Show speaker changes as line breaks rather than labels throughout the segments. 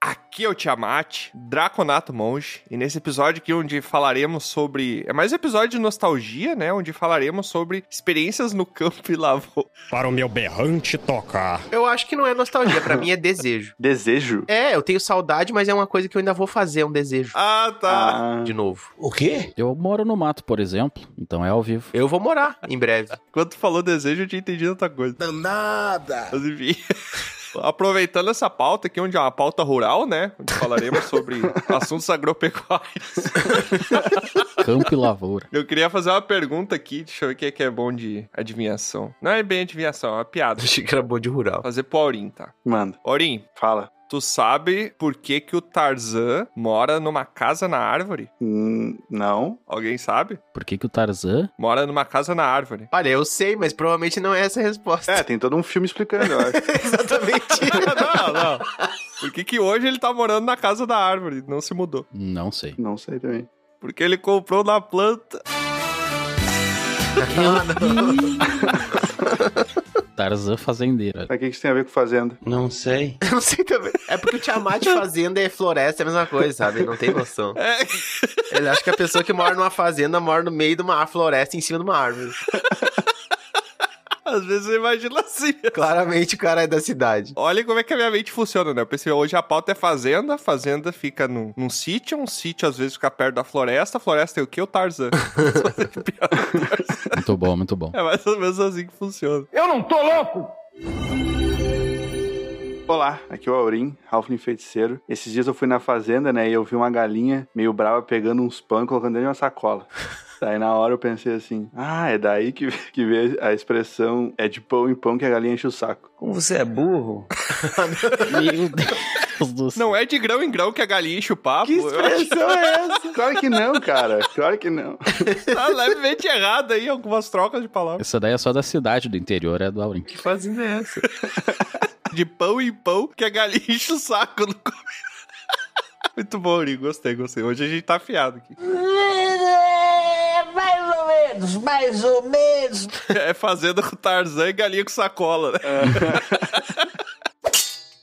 Aqui é o Tiamat, Draconato Monge, e nesse episódio aqui onde falaremos sobre... É mais um episódio de nostalgia, né? Onde falaremos sobre experiências no campo e lavoura.
Para o meu berrante tocar.
Eu acho que não é nostalgia, pra mim é desejo.
Desejo?
É, eu tenho saudade, mas é uma coisa que eu ainda vou fazer, é um desejo.
Ah, tá.
Ah,
De novo.
O quê?
Eu moro no mato, por exemplo, então é ao vivo.
Eu vou morar em breve.
Quando tu falou desejo, eu tinha entendido outra coisa.
Danada!
Mas enfim. Aproveitando essa pauta aqui, onde é uma pauta rural, né? Onde falaremos sobre assuntos agropecuários.
Campo e lavoura.
Eu queria fazer uma pergunta aqui, deixa eu ver o que é que é bom de adivinhação. Não é bem adivinhação, é uma piada.
Achei que era bom de rural.
Fazer pro Aurim, tá?
manda,
Aurim,
fala.
tu sabe por que que o Tarzan mora numa casa na árvore?
Hum, não.
Alguém sabe?
Por que, que o Tarzan?
Mora numa casa na árvore.
Olha, eu sei, mas provavelmente não é essa a resposta.
É, tem todo um filme explicando, eu acho.
Exatamente.
não, não. Por que que hoje ele tá morando na casa da árvore? Não se mudou.
Não sei.
Não sei também.
Porque ele comprou na planta.
Tarzan fazendeiro.
Mas o que que isso tem a ver com fazenda?
Não sei.
Eu não sei também. É porque o Tiamat fazenda e floresta é a mesma coisa, sabe? Ele não tem noção.
É.
Ele acha que a pessoa que mora numa fazenda mora no meio de uma floresta em cima de uma árvore.
Às vezes eu imagino assim.
Claramente o cara é da cidade.
Olha como é que a minha mente funciona, né? Eu pensei, hoje a pauta é fazenda, a fazenda fica num, num sítio, um sítio às vezes fica perto da floresta, a floresta tem o quê? O Tarzan.
Muito bom, muito bom.
é mais ou menos assim que funciona.
Olá, aqui é o Aurim, Halfling Feiticeiro. Esses dias eu fui na fazenda, né, e eu vi uma galinha meio brava pegando uns pães e colocando dentro de uma sacola. Daí na hora eu pensei assim, ah, é daí que, que veio a expressão é de pão em pão que a galinha enche o saco.
Como você é burro?
Meu Deus do céu.
Não é de grão em grão que a galinha enche o papo.
Que
Eu acho
expressão é essa? Claro que não, cara. Claro que não.
que tá levemente errado aí algumas trocas de palavras.
Essa daí é só da cidade do interior, é do Aurim.
Que fazenda é essa?
De pão em pão que a galinha enche o saco no começo. Muito bom, Uri. Gostei, gostei. Hoje a gente tá afiado aqui.
Mais ou menos, mais ou menos.
É fazenda com Tarzan e galinha com sacola, né?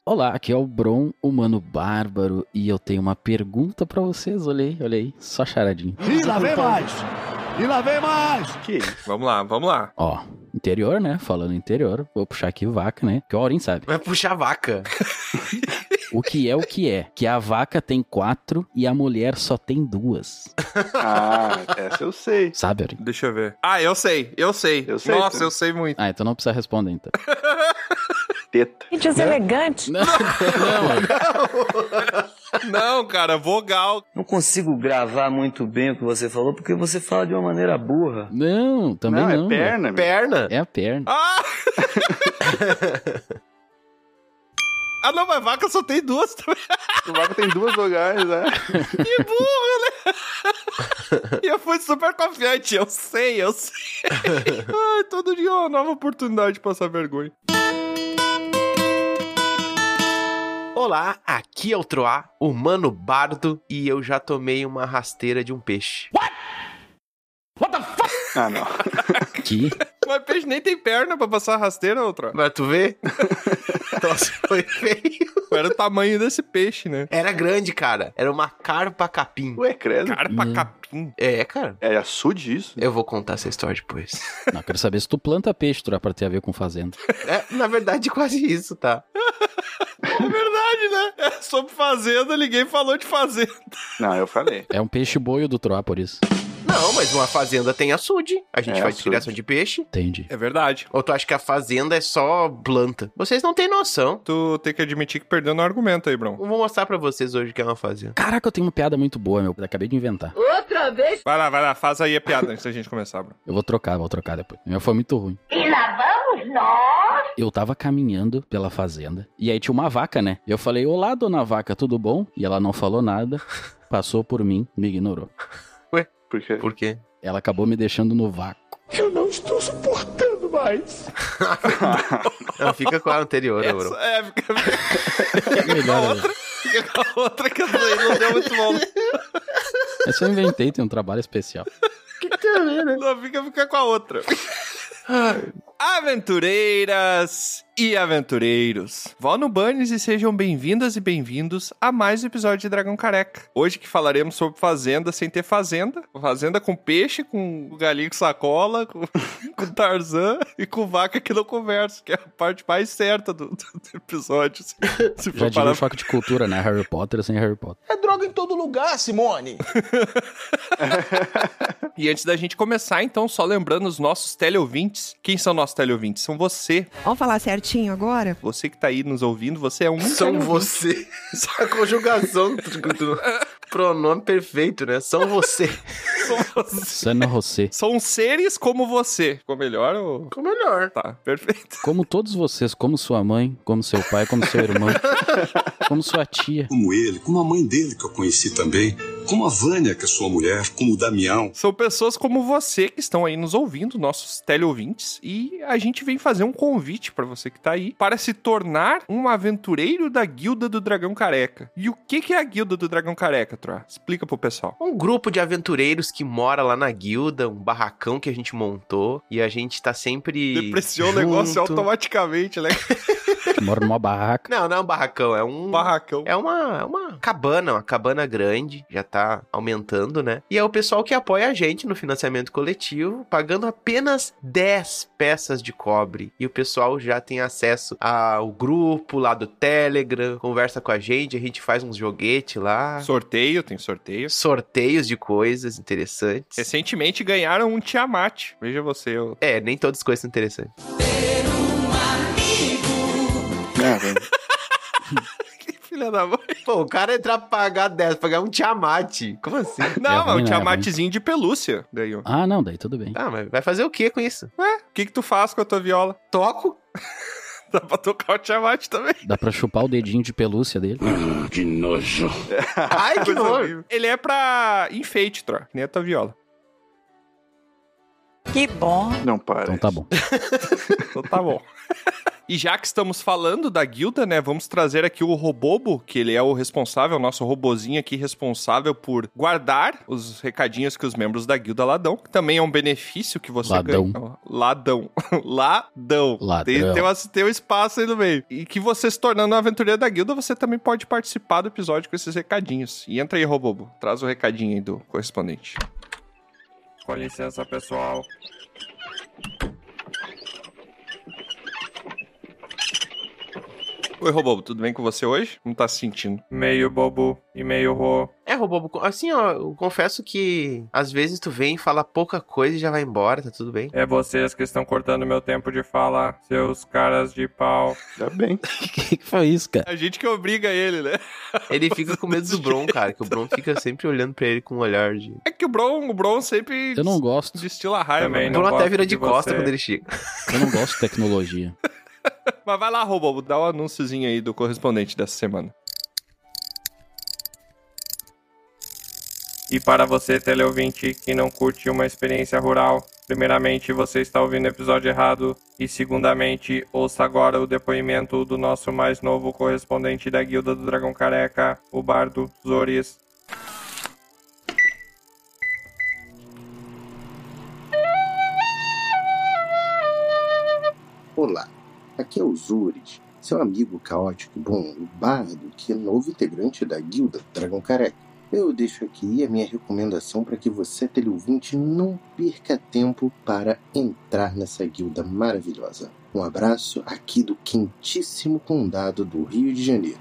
Olá, aqui é o Bron, humano bárbaro, e eu tenho uma pergunta pra vocês. Olha aí, olha aí, só charadinho.
E lá vem mais! E lá vem mais!
Que isso?
Vamos lá, vamos lá.
Ó, interior, né? Falando interior, vou puxar aqui vaca, né? Que o Aurim sabe.
Vai puxar a vaca.
O que é o que é? Que a vaca tem quatro e a mulher só tem duas.
Ah, essa eu sei.
Sabe, Aurim?
Deixa eu ver. Ah, eu sei, eu sei.
Eu sei,
Nossa,
tu.
eu sei muito.
Ah, então não precisa responder, então.
Teta.
Que deselegante.
Não, não, Aurim.
Não, cara, vogal.
Não consigo gravar muito bem o que você falou porque você fala de uma maneira burra.
não, também não.
não, é
velho.
perna. meu.
Perna.
É a perna.
Ah! ah, não, mas vaca só tem duas também.
O vaca tem duas vogais, né?
Que é burro, né? e eu fui super confiante. Eu sei, eu sei. Ai, todo dia é uma nova oportunidade de passar vergonha.
Olá, aqui é o Troá, humano bardo, e eu já tomei uma rasteira de um peixe.
Ah, não.
Que
Mas peixe nem tem perna pra passar rasteira, outra.
Mas tu vê? Nossa, foi feio.
Era o tamanho desse peixe, né?
Era grande, cara. Era uma carpa capim.
Ué, credo.
Cara pra
Hum.
capim.
É, cara.
É açude isso?
Eu vou contar essa história depois.
Não, eu quero saber se tu planta peixe, Tura, pra ter a ver com fazenda.
É, na verdade, quase isso, tá?
É verdade, né? É sobre fazenda, ninguém falou de fazenda.
Não, eu falei.
É um peixe boio do Troá, por isso.
Não, mas uma fazenda tem açude. A gente
É,
faz
açude.
criação de peixe.
Entendi.
É verdade.
Ou tu acha que a fazenda é só planta? Vocês não têm noção.
Tu tem que admitir que perdeu no argumento aí, Bron.
Eu vou mostrar pra vocês hoje o que é uma fazenda.
Caraca, eu tenho uma piada muito boa, meu. Acabei de inventar.
Outra vez.
Vai lá, vai lá, faz aí a piada antes da gente começar, Bruno.
Eu vou trocar, vou trocar depois. Meu foi muito ruim.
E lá vamos nós.
Eu tava caminhando pela fazenda e aí tinha uma vaca, né? E eu falei: Olá, dona vaca, tudo bom? E ela não falou nada, passou por mim, me ignorou.
Porque
Por quê?
Ela acabou me deixando no vácuo.
Não, fica com a anterior, né, bro?
Essa, é, fica,
Melhor, né?
fica com a outra que eu falei, não deu muito bom.
Essa eu inventei, tem um trabalho especial.
Não, fica, fica com a outra. aventureiras e aventureiros. Vó no Bunnies e sejam bem-vindas e bem-vindos a mais um episódio de Dragão Careca. Hoje que falaremos sobre fazenda sem ter fazenda. Fazenda com peixe, com galinho com sacola, com, com Tarzan e com vaca que não conversa, que é a parte mais certa do, do- do episódio. Se, se
Já
for
diria o
parar...
choque de cultura, né? Harry Potter sem Harry Potter.
É droga em todo lugar, Simone.
E antes da gente começar, então, só lembrando os nossos teleouvintes. Quem são nossos teleouvintes? São você.
Vamos falar certinho agora?
Você que tá aí nos ouvindo, você é um
São
teleouvinte.
você. Só a conjugação. do- do- Pronome perfeito, né? São você.
São você.
Sana José.
São seres como você. Ficou melhor ou.
Ficou melhor.
Tá, perfeito.
Como todos vocês, como sua mãe, como seu pai, como seu irmão, como sua tia.
como ele, como a mãe dele que eu conheci também, como a Vânia, que é sua mulher, como o Damião.
São pessoas como você que estão aí nos ouvindo, nossos teleouvintes, e a gente vem fazer um convite pra você que tá aí para se tornar um aventureiro da Guilda do Dragão Careca. E o que que é a Guilda do Dragão Careca, Troa? Explica pro pessoal.
Um grupo de aventureiros que mora lá na guilda, um barracão que a gente montou. E a gente tá sempre.
Depreciou o
junto.
negócio automaticamente, né?
que Mora numa barraca.
Não, não é um barracão, é um.
Barracão.
É uma, é uma cabana, uma cabana grande, já tá aumentando, né? E é o pessoal que apoia a gente no financiamento coletivo, pagando apenas 10 peças de cobre. E o pessoal já tem acesso ao grupo lá do Telegram, conversa com a gente, a gente faz uns joguetes lá,
É, Sorteio, tem sorteio.
sorteios de coisas interessantes.
Recentemente ganharam um Tiamat. Veja você, eu...
É, nem todas as coisas são interessantes.
É, velho.
Que filha da mãe.
Pô, o cara entrar pra pagar 10, pagar um Tiamat. Como assim?
Não, mas
ruim,
um
né? É ruim.
Tiamatzinho de pelúcia ganhou.
Ah, não, daí tudo bem.
Ah, mas vai fazer o que com isso?
Ué, o que que tu faz com a tua viola?
Toco?
Dá pra tocar o Tiamat também.
Dá pra chupar o dedinho de pelúcia dele.
Que nojo.
Ai, que
Coisa
nojo.
horrível. Ele é pra enfeite, Tro. que Nem a tua viola.
Que bom.
Não para.
Então tá bom.
Então tá bom. E já que estamos falando da guilda, né, vamos trazer aqui o Robobo, que ele é o responsável, o nosso robozinho aqui responsável por guardar os recadinhos que os membros da guilda ladão, que também é um benefício que você
Ladão.
ganha. Ladão. Ladão.
Ladrão.
Tem, tem, umas- tem um espaço aí no meio. E que você se tornando um aventureiro da guilda, você também pode participar do episódio com esses recadinhos. E entra aí, Robobo. Traz o recadinho aí do correspondente. Com licença, pessoal. Oi, Robobo, tudo bem com você hoje? Não tá se sentindo? Meio bobo e meio ro.
É, Robobo, assim, ó, eu confesso que às vezes tu vem, fala pouca coisa e já vai embora, tá tudo bem.
É vocês que estão cortando meu tempo de fala, seus caras de pau.
Ainda bem.
que, que foi isso, cara?
A gente que obriga ele, né?
Ele fica com medo do Bron, cara, que o Bron fica sempre olhando pra ele com um olhar de.
É que o Bron, o Bron sempre
Eu não gosto.
destila raiva.
o
né?
Bron até vira de costa quando ele chega.
Eu não gosto de tecnologia.
Mas vai lá, Robobo, dá o um anúnciozinho aí do correspondente dessa semana.
E para você, teleouvinte, que não curte uma experiência rural, primeiramente você está ouvindo o episódio errado, e segundamente, ouça agora o depoimento do nosso mais novo correspondente da Guilda do Dragão Careca, o Bardo Zoris.
Olá, aqui é o Zures, seu amigo caótico e bom, o bardo, que é novo integrante da guilda Dragão Careca. Eu deixo aqui a minha recomendação para que você, teleouvinte, não perca tempo para entrar nessa guilda maravilhosa. Um abraço aqui do quentíssimo condado do Rio de Janeiro.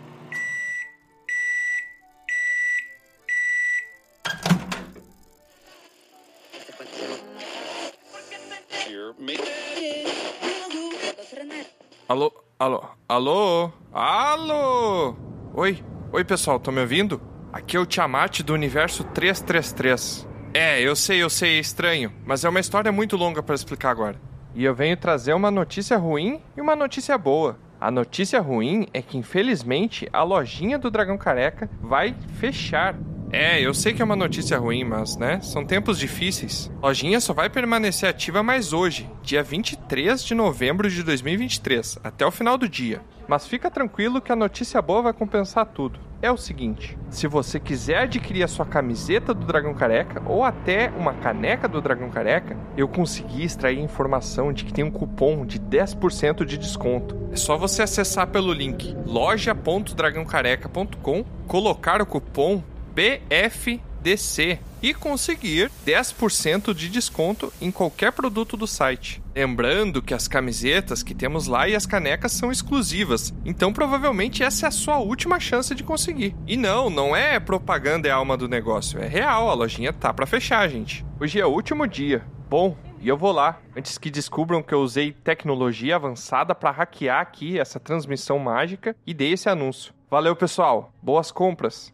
Alô, alô, alô, alô! Oi, oi pessoal, estão me ouvindo? Aqui é o Tiamat do Universo 333. É, eu sei, eu sei, é estranho, mas é uma história muito longa para explicar agora. E eu venho trazer uma notícia ruim e uma notícia boa. A notícia ruim é que, infelizmente, a lojinha do Dragão Careca vai fechar. É, eu sei que é uma notícia ruim, mas, né? São tempos difíceis. Lojinha só vai permanecer ativa mais hoje, dia 23 de novembro de 2023, até o final do dia. Mas fica tranquilo que a notícia boa vai compensar tudo. É o seguinte: se você quiser adquirir a sua camiseta do Dragão Careca ou até uma caneca do Dragão Careca, eu consegui extrair informação de que tem um cupom de 10% de desconto. É só você acessar pelo link loja.dragãocareca.com, colocar o cupom BFDC e conseguir 10% de desconto em qualquer produto do site. Lembrando que as camisetas que temos lá e as canecas são exclusivas, então provavelmente essa é a sua última chance de conseguir. E não, não é propaganda é a alma do negócio, é real, a lojinha tá para fechar, gente. Hoje é o último dia. Bom, e eu vou lá, antes que descubram que eu usei tecnologia avançada para hackear aqui essa transmissão mágica e dei esse anúncio. Valeu, pessoal. Boas compras.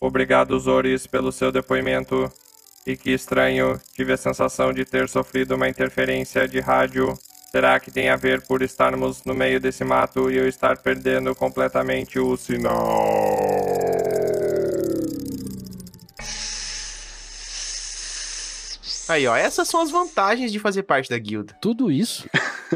Obrigado, Zoris, pelo seu depoimento. E que estranho, tive a sensação de ter sofrido uma interferência de rádio. Será que tem a ver por estarmos no meio desse mato e eu estar perdendo completamente o sinal?
Aí, ó, essas são as vantagens de fazer parte da guilda.
Tudo isso?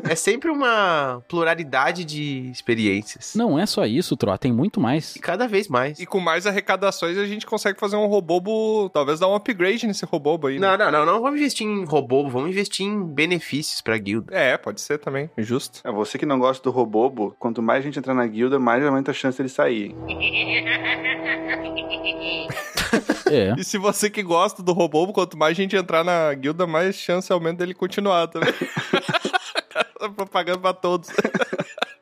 É sempre uma pluralidade de experiências.
Não é só isso, Tro, tem muito mais.
E cada vez mais.
E com mais arrecadações a gente consegue fazer um robobo, talvez dar um upgrade nesse robobo aí. Né?
Não, não, não, não vamos investir em robô, vamos investir em benefícios pra guilda.
É, pode ser também, justo.
É, você que não gosta do Robobo, quanto mais gente entrar na guilda, mais aumenta a chance dele sair.
É.
E se você que gosta do robobo, quanto mais gente entrar na guilda, mais chance aumenta dele continuar também. Essa propaganda pra todos.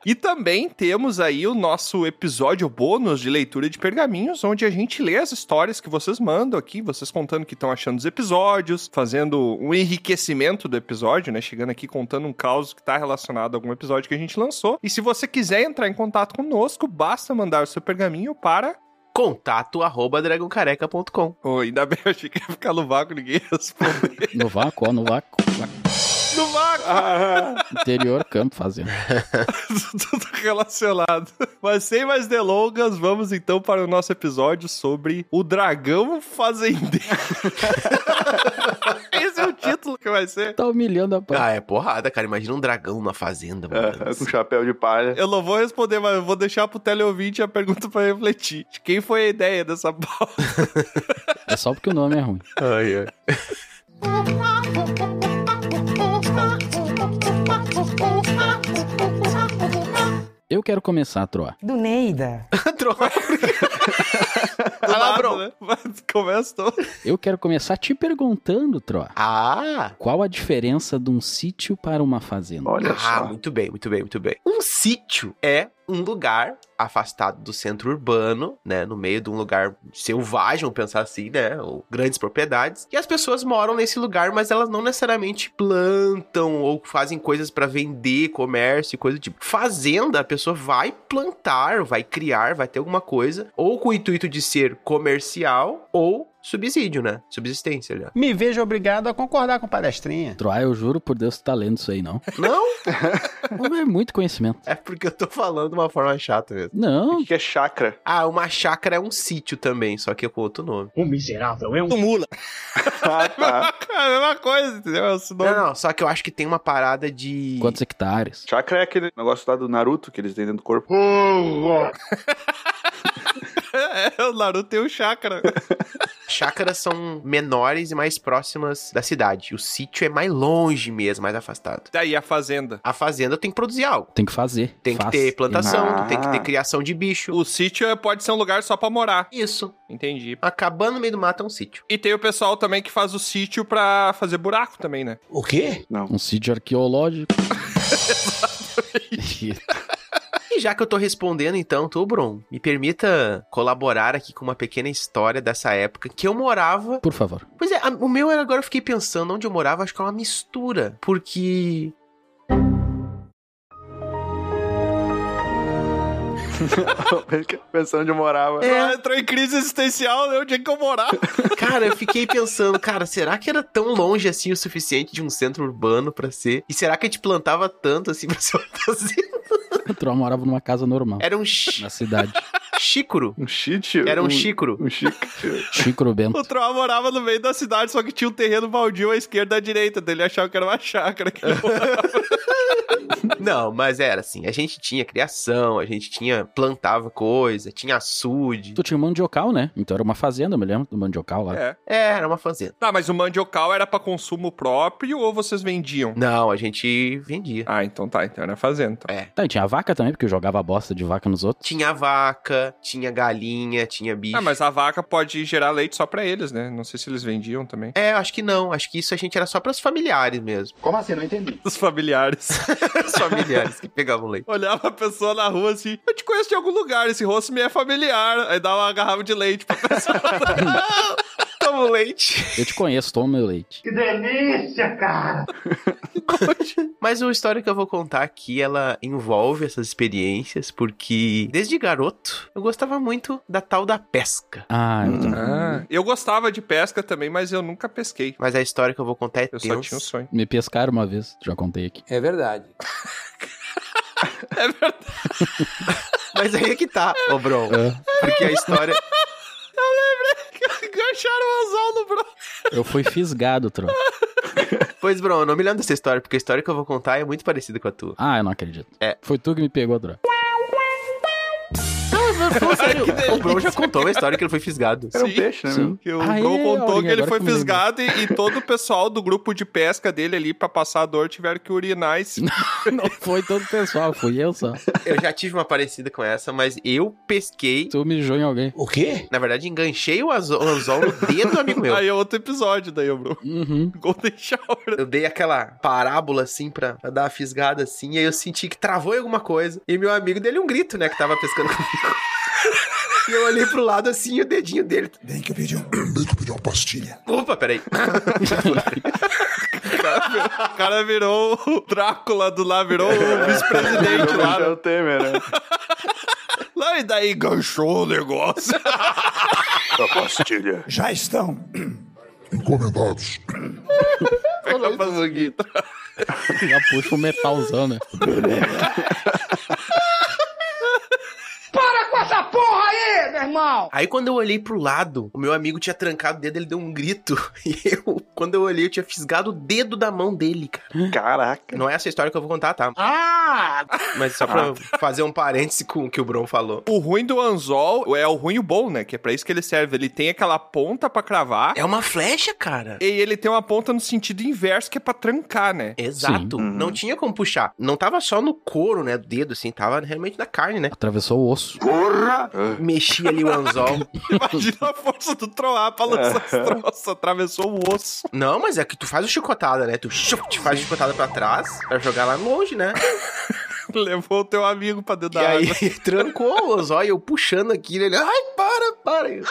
E também temos aí o nosso episódio bônus de leitura de pergaminhos, onde a gente lê as histórias que vocês mandam aqui, vocês contando o que estão achando dos episódios, fazendo um enriquecimento do episódio, né? Chegando aqui contando um caos que está relacionado a algum episódio que a gente lançou. E se você quiser entrar em contato conosco, basta mandar o seu pergaminho para.
Contato arroba dragoncareca.com.
Oh, ainda bem, eu achei que ia ficar no vácuo, ninguém respondeu.
No vácuo, ó, no vácuo. vácuo.
No vácuo!
Interior, campo, fazenda.
Ah, tudo relacionado. Mas sem mais delongas, vamos então para o nosso episódio sobre o dragão fazendeiro. Esse é o título que vai ser.
Tá humilhando a pá.
Ah, é porrada, cara. Imagina um dragão na fazenda, mano.
É, com chapéu de palha.
Eu não vou responder, mas eu vou deixar pro teleouvinte a pergunta pra refletir. De quem foi a ideia dessa pauta?
É só porque o nome é ruim.
Ai, ai.
Eu quero começar, Troa.
Do Neida.
Nada,
bro.
né? Mas Começa todo.
Eu quero começar te perguntando, Troa.
Ah!
Qual a diferença de um sítio para uma fazenda?
Olha
Ah,
só.
muito bem, muito bem, muito bem. Um sítio é um lugar afastado do centro urbano, né, no meio de um lugar selvagem, vamos pensar assim, né, ou grandes propriedades. E as pessoas moram nesse lugar, mas elas não necessariamente plantam ou fazem coisas pra vender, comércio e coisa do tipo. Fazenda, a pessoa vai plantar, vai criar, vai ter alguma coisa, ou com o intuito de ser comercial ou subsídio, né? Subsistência, aliás.
Me vejo obrigado a concordar com palestrinha.
Troa, eu juro por Deus que tá lendo isso aí, não.
Não,
Não é muito conhecimento.
é porque eu tô falando de uma forma chata mesmo.
O
Não,
que que é chakra?
Ah, uma chácara é um sítio também, só que é com outro nome.
O miserável é um
Ah, tá.
Cara, é a mesma coisa, entendeu? É esse nome.
Não, não, só que eu acho que tem uma parada de.
quantos hectares?
Chakra é aquele negócio lá do Naruto que eles têm dentro do corpo.
É, o Naruto tem o chakra.
Chácaras são menores e mais próximas da cidade. O sítio é mais longe mesmo, mais afastado.
Daí a fazenda.
A fazenda tem que produzir algo.
Tem que fazer.
Tem
Faz.
que ter plantação,
Ah.
tu tem que ter criação de bicho.
O sítio é- pode ser um lugar só pra morar.
Isso.
Entendi.
A cabana no meio do mato é um sítio.
E tem o pessoal também que faz o sítio pra fazer buraco também, né?
O quê?
Um sítio arqueológico.
E já que eu tô respondendo, então, tu, Bron, me permita colaborar aqui com uma pequena história dessa época que eu morava
Por favor.
Pois é, a- o meu era agora eu fiquei pensando onde eu morava, acho que é uma mistura, porque
Pensando onde eu morava.
É.
Ela entrou em crise existencial, né? Onde é que eu morava?
Cara, eu fiquei pensando, cara, será que era tão longe assim o suficiente de um centro urbano pra ser? E será que a gente plantava tanto assim pra ser uma fazenda?
O Troll morava numa casa normal.
Era um chi-
Na cidade.
xícaro.
Um cheat?
Era um xícaro.
Um chique.
Chico Bento.
O Troll morava no meio da cidade, só que tinha um terreno baldio à esquerda e à direita. Daí ele achava que era uma chácara. que ele morava.
Não, mas era assim, a gente tinha criação, a gente tinha plantava coisa, tinha açude.
Tu tinha um mandiocal, né? Então era uma fazenda, eu me lembro do mandiocal lá.
É.
É, era uma fazenda.
tá, mas o mandiocal era pra consumo próprio ou vocês vendiam?
Não, a gente vendia.
Ah, então tá. Então era fazenda. então.
Tá, e tinha a vaca também, porque eu jogava bosta de vaca nos outros.
Tinha vaca, tinha galinha, tinha bicho.
Ah, mas a vaca pode gerar leite só pra eles, né? Não sei se eles vendiam também.
É, eu acho que não. Acho que isso a gente era só pros familiares mesmo.
Como assim? Não entendi.
Os familiares.
Os familiares que pegavam leite.
Olhava a pessoa na rua assim, eu te conheço de algum lugar, esse rosto me é familiar. Aí dá uma garrafa de leite pra pessoa.
Toma o leite.
Eu te conheço, toma meu leite.
Que delícia, cara!
Mas a história que eu vou contar aqui, ela envolve essas experiências, porque desde garoto eu gostava muito da tal da pesca.
Ah, eu também.
Ah, eu gostava de pesca também, mas eu nunca pesquei.
Mas a história que eu vou contar é
Eu só tinha um
tensa.
sonho.
Me pescaram uma vez, já contei aqui.
É verdade.
Mas aí é que tá, ô Bron. Porque a história.
Engancharam o anzol no bro.
Eu fui fisgado, Troll.
Pois, Bron, eu não me lembro dessa história, porque a história que eu vou contar é muito parecida com a tua.
Ah, eu não acredito.
É.
Foi tu que me pegou, Troll.
É o Bron já contou uma história que ele foi fisgado.
Era um
Sim,
peixe, né?
sim.
meu?
Que o
Aê,
Gon contou
Aurinho,
que ele
agora
foi
que eu me
fisgado e, e todo o pessoal do grupo de pesca dele ali pra passar a dor tiveram que urinar. E... se-
Não foi todo o pessoal, fui eu só.
Eu já tive uma parecida com essa, mas eu pesquei.
Tu mijou em alguém.
O quê?
Na verdade, enganchei o azo- o anzol no dedo do amigo meu.
Aí é outro episódio daí, ô, bro.
Uhum.
Golden Shower.
Eu dei aquela parábola assim pra, pra dar uma fisgada assim, e aí eu senti que travou em alguma coisa. E meu amigo dele um grito, né? Que tava pescando comigo. E eu olhei pro lado assim e o dedinho dele.
Nem que eu pedi, um, nem que eu pedi uma pastilha.
Opa, peraí.
O cara virou o Drácula do lá, virou o vice-presidente
O
lá.
Michel Temer, né?
Lá e daí enganchou o negócio.
A pastilha.
Já estão encomendados.
Pega pra Zunguinho.
Já puxa um metalzão, né?
Para com essa porra aí, meu irmão!
Aí quando eu olhei pro lado, o meu amigo tinha trancado o dedo, ele deu um grito. E eu, quando eu olhei, eu tinha fisgado o dedo da mão dele, cara.
Caraca.
Não é essa história que eu vou contar, tá?
Ah!
Mas só pra
Ah.
fazer um parêntese com o que o Bron falou.
O ruim do anzol é o ruim e o bom, né? Que é pra isso que ele serve. Ele tem aquela ponta pra cravar
É uma flecha, cara.
e ele tem uma ponta no sentido inverso que é pra trancar, né?
Exato.
Sim. Uhum.
Não tinha como puxar. Não tava só no couro, né? Do dedo, assim. Tava realmente na carne, né?
Atravessou o osso.
Porra!
Mexia ali o anzol.
Imagina a força do troar pra lançar
Aham.
as troças. Atravessou o osso.
Não, mas é que tu faz o chicotada, né? Tu chup, te faz chicotada pra trás pra jogar lá longe, né?
Levou o teu amigo pra dentro
e
da
aí
água.
trancou o anzol e eu puxando aquilo. Ele, ai, para, para. Eu,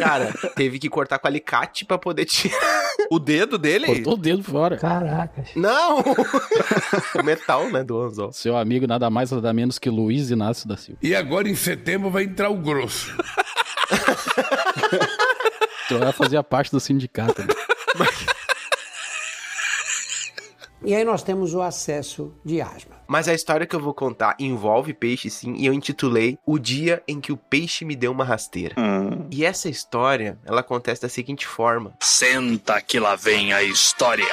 Cara, teve que cortar com alicate pra poder tirar.
O dedo dele?
Cortou o dedo fora.
Não! o metal, né? Do anzol.
Seu amigo nada mais nada menos que Luiz Inácio da Silva.
E agora em setembro vai entrar o grosso.
Troll Então, fazia parte do sindicato. né?
E aí nós temos o acesso de asma.
Mas a história que eu vou contar envolve peixe, sim, e eu intitulei O Dia em que o Peixe Me Deu uma Rasteira.
Hum.
E essa história, ela acontece da seguinte forma.
Senta que lá vem a história.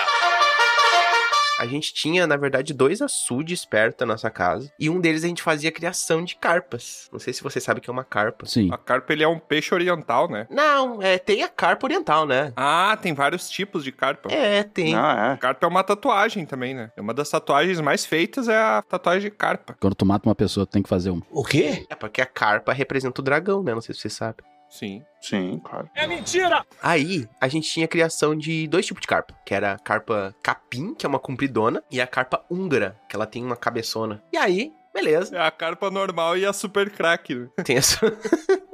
A gente tinha, na verdade, dois açudes perto da nossa casa, e um deles a gente fazia criação de carpas. Não sei se você sabe o que é uma carpa.
Sim.
A carpa, ele é um peixe oriental, né?
Não, é, tem a carpa oriental, né?
Ah, tem vários tipos de carpa.
É, tem.
Ah, é.
Carpa é uma tatuagem também, né? Uma das tatuagens mais feitas é a tatuagem de carpa.
Quando tu mata uma pessoa, tu tem que fazer um.
O quê?
É porque a carpa representa o dragão, né? Não sei se você sabe.
Sim.
é? Sim, claro.
Aí, a gente tinha a criação de dois tipos de carpa, que era a carpa capim, que é uma compridona, e a carpa húngara, que ela tem uma cabeçona. E aí, beleza.
É a carpa normal e a super crack, né?
Tem a su-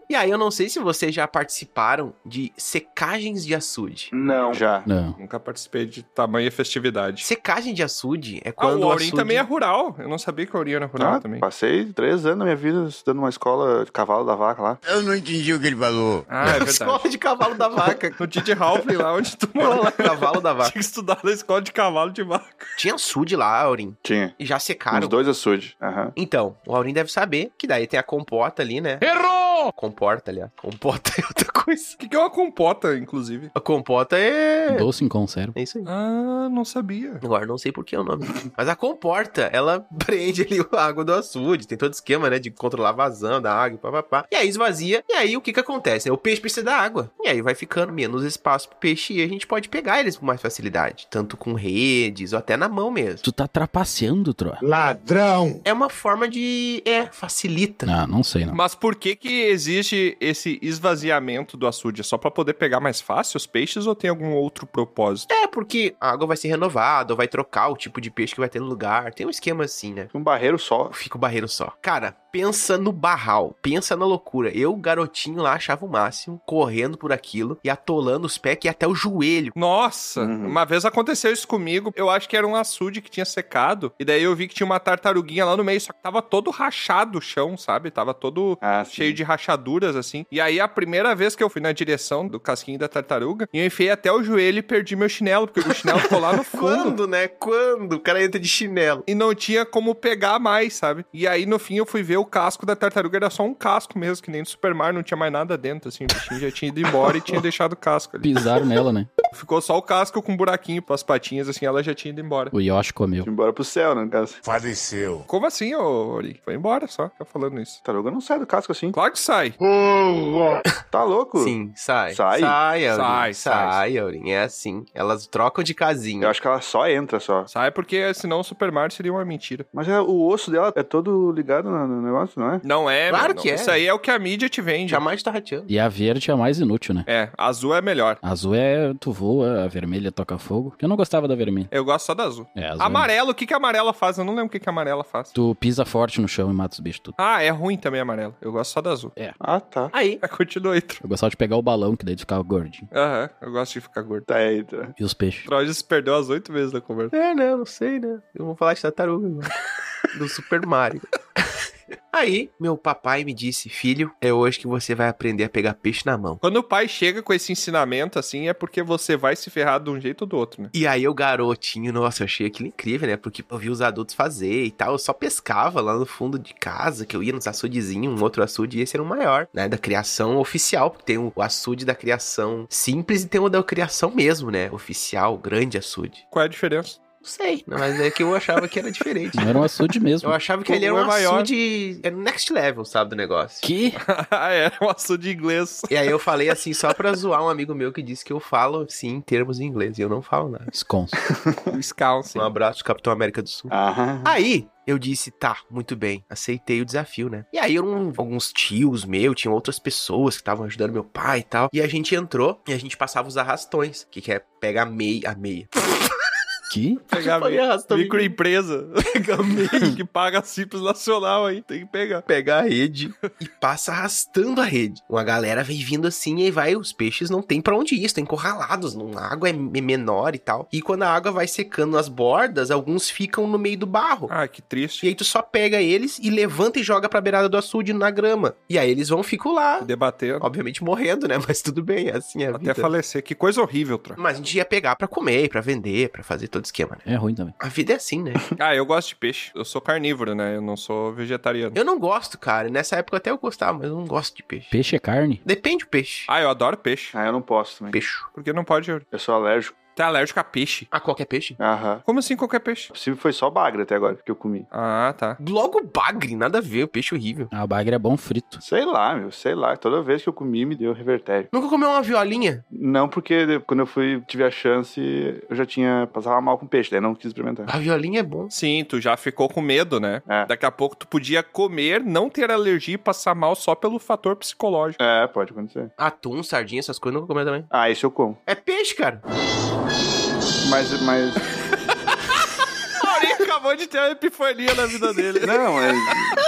E aí eu não sei se vocês já participaram de secagens de açude.
Não. Já.
Não.
Nunca participei de tamanha festividade.
Secagem de açude é
Ah,
quando
o
o
Aurim
açude...
também é rural. Eu não sabia que o Aurim era rural
Ah,
também.
passei três anos da minha vida estudando uma escola de cavalo da vaca lá.
Eu não entendi o que ele falou.
Ah, é verdade.
Escola de cavalo da vaca.
No Didi Halfley, lá onde tu mora
Olha lá,
lá.
cavalo da
Tinha
vaca.
que estudar na escola de cavalo de vaca.
Tinha açude lá, Aurim.
Tinha.
E já
Os
secaram.
dois açudes. Aham.
Então, o Aurim deve saber que daí tem a compota ali, né?
Errou!
Comporta ali, ó. Compota é outra coisa.
O que que é uma compota, inclusive?
A compota é.
um Doce em conserva.
É isso aí.
Ah, não sabia.
Agora não sei por que é o nome. Mas a comporta, ela prende ali a água do açude. Tem todo esquema, né? De controlar a vazão da água, papapá. E aí esvazia. E aí o que que acontece? né? O peixe precisa da água. E aí vai ficando menos espaço pro peixe e a gente pode pegar eles com mais facilidade. Tanto com redes ou até na mão mesmo.
Tu tá trapaceando, Troa.
Ladrão!
É uma forma de. É, facilita.
Ah, não sei, não.
Mas por que que existe esse esvaziamento do açude? É só pra poder pegar mais fácil os peixes ou tem algum outro propósito?
É, porque a água vai ser renovada, ou vai trocar o tipo de peixe que vai ter no lugar. Tem um esquema assim, né?
Um barreiro só.
Fica o barreiro só. Cara, pensa no barral, pensa na loucura. Eu, garotinho lá, achava o máximo, correndo por aquilo e atolando os pés que ia até o joelho.
Nossa,
Uhum.
uma vez aconteceu isso comigo. Eu acho que era um açude que tinha secado. E daí eu vi que tinha uma tartaruguinha lá no meio, só que tava todo rachado o chão, sabe? Tava todo
Ah, sim.
cheio de rachaduras, assim. E aí, a primeira vez que eu fui na direção do casquinho da tartaruga, eu enfiei até o joelho e perdi meu chinelo, porque o chinelo ficou lá no fundo.
Quando, né? Quando? O cara entra de chinelo.
E não tinha como pegar mais, sabe? E aí, no fim, eu fui ver o casco da tartaruga, era só um casco mesmo, que nem do Super Mario, não tinha mais nada dentro, assim. O bichinho já tinha ido embora e tinha deixado o casco ali.
Pisaram nela, né?
Ficou só o casco com um buraquinho pras patinhas, assim, ela já tinha ido embora.
O Yoshi comeu.
Fui Embora pro céu, né, no caso.
Faleceu.
Como assim, ô Ori? Foi embora só, tá falando isso.
Tartaruga não sai do casco assim.
Claro que sai.
Hum.
Tá louco?
Sim, sai.
Sai?
Sai, Aurin.
Sai,
Sai,
sai.
Aurin. É assim. Elas trocam de casinha.
Eu acho que ela só entra só.
Sai porque senão o Super Mario seria uma mentira.
Mas é- o osso dela é todo ligado no, no negócio, não é?
Não é,
Claro
mano.
que é.
Isso aí é o que a mídia te vende.
Jamais tá rateando.
E a verde é a mais inútil, né?
É, azul é melhor.
A Azul é tu voa, a vermelha toca fogo. Eu não gostava da vermelha.
Eu gosto só da azul.
É, a azul é-
Amarelo, o que que a amarela faz? Eu não lembro o que que a amarela faz.
Tu pisa forte no chão e mata os bichos tudo.
Ah, é ruim também amarelo. Eu gosto só da azul.
É.
Ah, tá.
Aí.
Continua aí, Tro.
Eu gostava de pegar o balão, que daí tu ficava gordinho.
Aham, eu gosto de ficar gordo.
Tá aí, tá.
E os peixes.
Trojas perdeu as oito vezes da conversa.
É, né? Não sei, né? Eu vou falar de tartaruga agora. do Super Mario. Aí, meu papai me disse, filho, é hoje que você vai aprender a pegar peixe na mão.
Quando o pai chega com esse ensinamento, assim, é porque você vai se ferrar de um jeito ou do outro, né?
E aí eu garotinho, nossa, eu achei aquilo incrível, né? Porque eu vi os adultos fazer e tal, eu só pescava lá no fundo de casa, que eu ia nos açudezinhos, um outro açude, e esse era o maior, né? Da criação oficial, porque tem o açude da criação simples e tem o da criação mesmo, né? Oficial, grande açude.
Qual é a diferença?
Não sei, né? mas é que eu achava que era diferente.
Não era um açude mesmo.
Eu achava que
Um
ele era
é
um
maior.
açude, era um next level, sabe, do negócio.
Que?
ah, é, um açude inglês.
E aí eu falei assim só pra zoar um amigo meu que disse que eu falo, sim, em termos em inglês, e eu não falo nada.
Scones.
O Scouse.
Um abraço, Capitão América do Sul.
Ah,
Aí eu disse, tá, muito bem, aceitei o desafio, né? E aí um- alguns tios meus, tinham outras pessoas que estavam ajudando meu pai e tal. E a gente entrou e a gente passava os arrastões, que é pegar a meia. A meia.
Que?
Pegar
Falei "Ah, arrastão.
microempresa. Pega meio que paga simples nacional aí. Tem que pegar.
Pegar a rede e passa arrastando a rede. Uma galera vem vindo assim e aí vai, os peixes não tem pra onde ir, estão encurralados. não- A água é me- menor e tal. E quando a água vai secando as bordas, alguns ficam no meio do barro.
Ah, que triste.
E aí tu só pega eles e levanta e joga pra beirada do açude na grama. E aí eles vão ficar lá.
Debater.
Obviamente morrendo, né? Mas tudo bem, é assim é a
Até
vida.
falecer. Que coisa horrível, Tro.
Mas a gente ia pegar pra comer, pra vender, pra fazer todo esquema, né?
É ruim também.
A vida é assim, né?
Ah, eu gosto de peixe. Eu sou carnívoro, né? Eu não sou vegetariano.
Eu não gosto, cara. Nessa época até eu gostava, mas eu não gosto de peixe.
Peixe é carne.
Depende do peixe.
Ah, eu adoro peixe.
ah eu não posso também.
Peixe.
Porque não pode. Yuri?
Eu sou alérgico.
Tá alérgico a peixe?
Ah, qualquer peixe?
Aham.
Como assim qualquer peixe?
O possível foi só bagre até agora que eu comi.
Ah, tá.
Logo bagre, nada a ver, o peixe horrível.
A bagre é bom frito.
Sei lá, meu, sei lá. Toda vez que eu comi, me deu revertério.
Nunca comeu uma violinha?
Não, porque de- quando eu fui, tive a chance, eu já tinha. Passava mal com peixe, daí não quis experimentar.
A violinha é bom.
Sim, tu já ficou com medo, né?
É.
Daqui a pouco tu podia comer, não ter alergia e passar mal só pelo fator psicológico.
É, pode acontecer.
Atum, sardinha, essas coisas nunca comeu também.
Ah, esse eu como.
É peixe, cara.
Mas, mas.
Aurinho acabou
acabou de ter uma epifania na vida dele.
Não, é.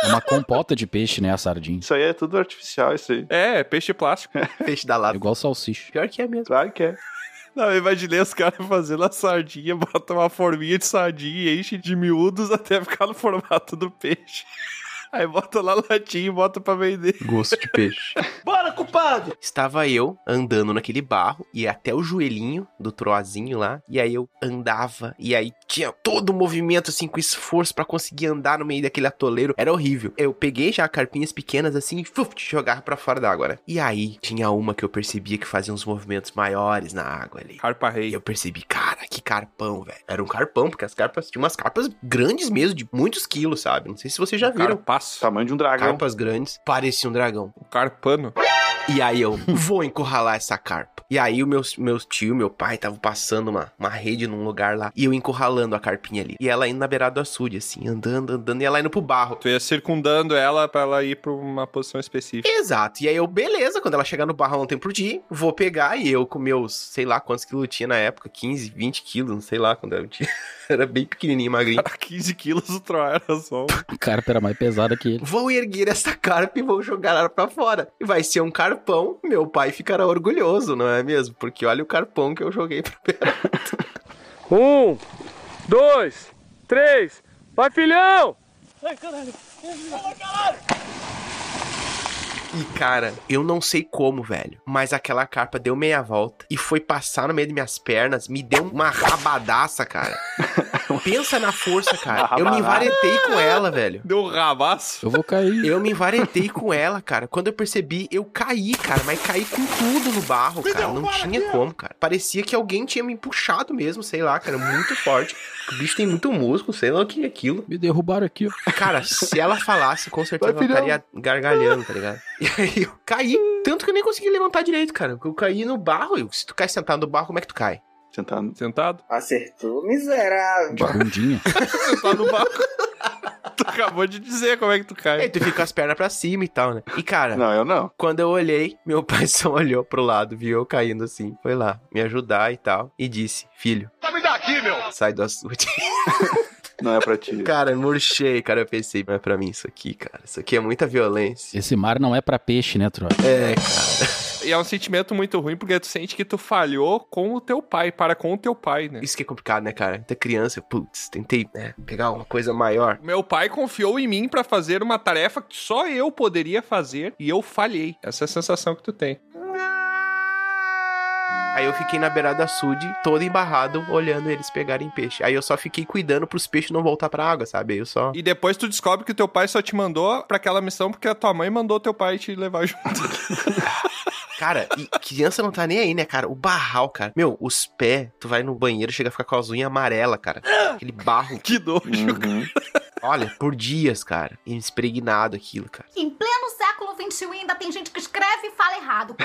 É uma compota de peixe, né? A sardinha.
Isso aí é tudo artificial, isso aí.
É, peixe plástico.
Peixe da
É
lata.
igual salsicha.
Pior que é mesmo.
Claro que é.
Não, eu imaginei os caras fazendo a sardinha, botam uma forminha de sardinha e enche de miúdos até ficar no formato do peixe. Aí bota lá latinha e bota pra vender.
Gosto de peixe.
Bora, culpado!
Estava eu andando naquele barro e até o joelhinho do troazinho lá. E aí eu andava e aí tinha todo o movimento assim com esforço pra conseguir andar no meio daquele atoleiro. Era horrível. Eu peguei já carpinhas pequenas assim e fuf, jogava pra fora da água, né? E aí tinha uma que eu percebia que fazia uns movimentos maiores na água ali.
Carpa
E
rei.
eu percebi, cara, que carpão, velho. Era um carpão, porque as carpas tinham umas carpas grandes mesmo, de muitos quilos, sabe? Não sei se vocês já viram. Tá.
Carpaço.
Tamanho de um dragão.
Carpas grandes, parecia um dragão.
O carpano.
E aí eu vou encurralar essa carpa. E aí o meus, meus tio, meu pai, estavam passando uma, uma rede num lugar lá. E eu encurralando a carpinha ali. E ela indo na beirada do açude, assim, andando, andando. E ela indo pro barro.
Tu ia circundando ela pra ela ir pra uma posição específica.
Exato. E aí eu, beleza, quando ela chegar no barro não tem pro dia, vou pegar. E eu com meus, sei lá quantos quilos tinha na época, 15, 20 quilos, não sei lá quando eu tinha. Era bem pequenininho, magrinho.
Era 15 quilos o Troá era só. um.
A carpa era mais pesada que ele.
Vou erguer essa carpa e vou jogar ela pra fora. E vai ser um carpão. Meu pai ficará orgulhoso, não é mesmo? Porque olha o carpão que eu joguei pra
Um, dois, três, vai, filhão!
E cara, eu não sei como, velho, mas aquela carpa deu meia volta e foi passar no meio das minhas pernas, me deu uma rabadaça, cara. Pensa na força, cara. Eu me envaretei com ela, velho.
Deu um rabaço.
Eu vou cair.
Eu me envaretei com ela, cara. Quando eu percebi, eu caí, cara, mas caí com tudo no barro,
Então,
cara. Não tinha como, cara. Parecia que alguém tinha me puxado mesmo, sei lá, cara. Muito forte. O bicho tem muito músculo, sei lá o que é aquilo.
Me derrubaram aqui, ó.
Cara, se ela falasse, com certeza
Vai, um-
ela
filhão.
estaria gargalhando, tá ligado? E aí eu caí, tanto que eu nem consegui levantar direito, cara. Eu caí no barro. e Se tu cai sentado no barro, como é que tu cai?
Tá.
Sentado.
Sentado?
Acertou, miserável.
De bundinha.
Sentado tá no barco. tu acabou de dizer como é que tu
E Aí
cai.
tu fica com as pernas pra cima e tal, né? E cara,
Não, eu não.
quando eu olhei, meu pai só olhou pro lado, viu eu caindo assim. Foi lá me ajudar e tal. E disse, filho. Tá me daqui, meu! Sai do açude.
Não é pra ti.
cara, eu murchei, cara. Eu pensei, não é pra mim isso aqui, cara. Isso aqui é muita violência.
Esse mar não é pra peixe, né, Troy?
É,
E é um sentimento muito ruim, porque tu sente que tu falhou com o teu pai, para com o teu pai, né?
Isso que é complicado, né, cara? Até criança, putz, tentei, né, pegar uma coisa maior.
Meu pai confiou em mim pra fazer uma tarefa que só eu poderia fazer e eu falhei. Essa é a sensação que tu tem.
Aí eu fiquei na beirada do açude, todo embarrado, olhando eles pegarem peixe. Aí eu só fiquei cuidando pros peixes não voltar pra água, sabe? Aí eu só.
E depois tu descobre que o teu pai só te mandou pra aquela missão porque a tua mãe mandou teu pai te levar
Ah.
junto.
Cara, e criança não tá nem aí, né, cara? O barral, cara. Meu, os pés, tu vai no banheiro, chega a ficar com as unhas amarelas, cara. Aquele barro.
que nojo.
Uhum.
Olha, por dias, cara. E Espregnado aquilo, cara.
Em pleno século XXI ainda tem gente que escreve e fala errado.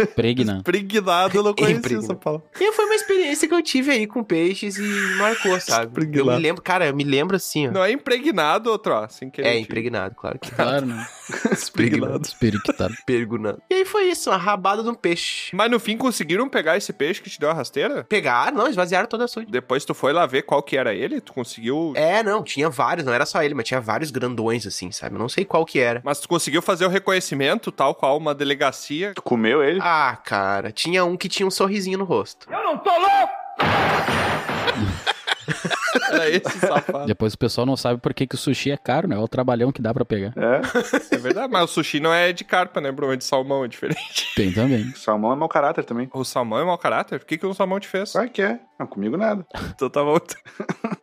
É Pregna.
Pregnado, eu
É
não conhecia
Impregna.
essa palavra.
E foi uma experiência que eu tive aí com peixes e marcou, sabe? Eu me
Espregnado.
lembro, cara, eu me lembro assim, ó.
Não é impregnado, outro, ó, sem querer.
É, impregnado, claro que.
Claro, né?
Impregnado.
Espiriquitado.
Pergunando. E aí foi isso, uma rabada de um peixe.
Mas no fim conseguiram pegar esse peixe que te deu a rasteira?
Pegaram, não, esvaziaram toda a açude.
Depois tu foi lá ver qual que era ele? Tu conseguiu...
É, não, tinha vários, não era só ele, mas tinha vários grandões, assim, sabe? Eu não sei qual que era.
Mas tu conseguiu fazer o reconhecimento, tal qual uma delegacia.
Tu comeu ele?
Ah, cara, tinha um que tinha um sorrisinho no rosto.
Eu não tô louco!
Era esse safado.
Depois o pessoal não sabe por que, que o sushi é caro, né? Olha o trabalhão que dá pra pegar.
É.
é verdade, mas o sushi não é de carpa, né, Bruno? É de salmão, é diferente.
Tem também.
Salmão é mau caráter também.
O salmão é mau caráter? O que, que o salmão te fez?
Claro que é. Não, comigo nada.
Então tá bom.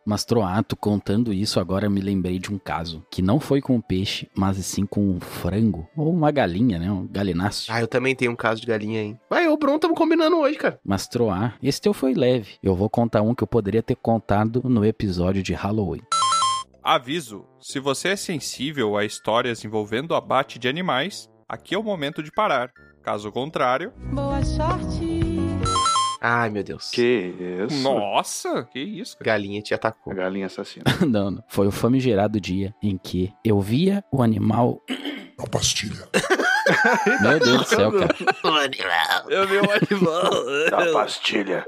Mas, Troato, contando isso, agora eu me lembrei de um caso que não foi com um peixe, mas sim com um frango. Ou uma galinha, né? Um galináceo.
Ah, eu também tenho um caso de galinha, hein? Vai, eu e o Bruno tamo combinando hoje, cara.
Mas, Troá, esse teu foi leve. Eu vou contar um que eu poderia ter contado no episódio de Halloween.
Aviso: se você é sensível a histórias envolvendo abate de animais, aqui é o momento de parar. Caso contrário.
Boa sorte.
Ai, meu Deus.
Que isso.
Nossa! Que isso, cara?
Galinha te
A
atacou.
galinha assassina.
não, não. Foi o famigerado dia em que eu via o animal.
Uma pastilha.
Meu Deus do céu, cara.
Eu vi um animal.
Da pastilha.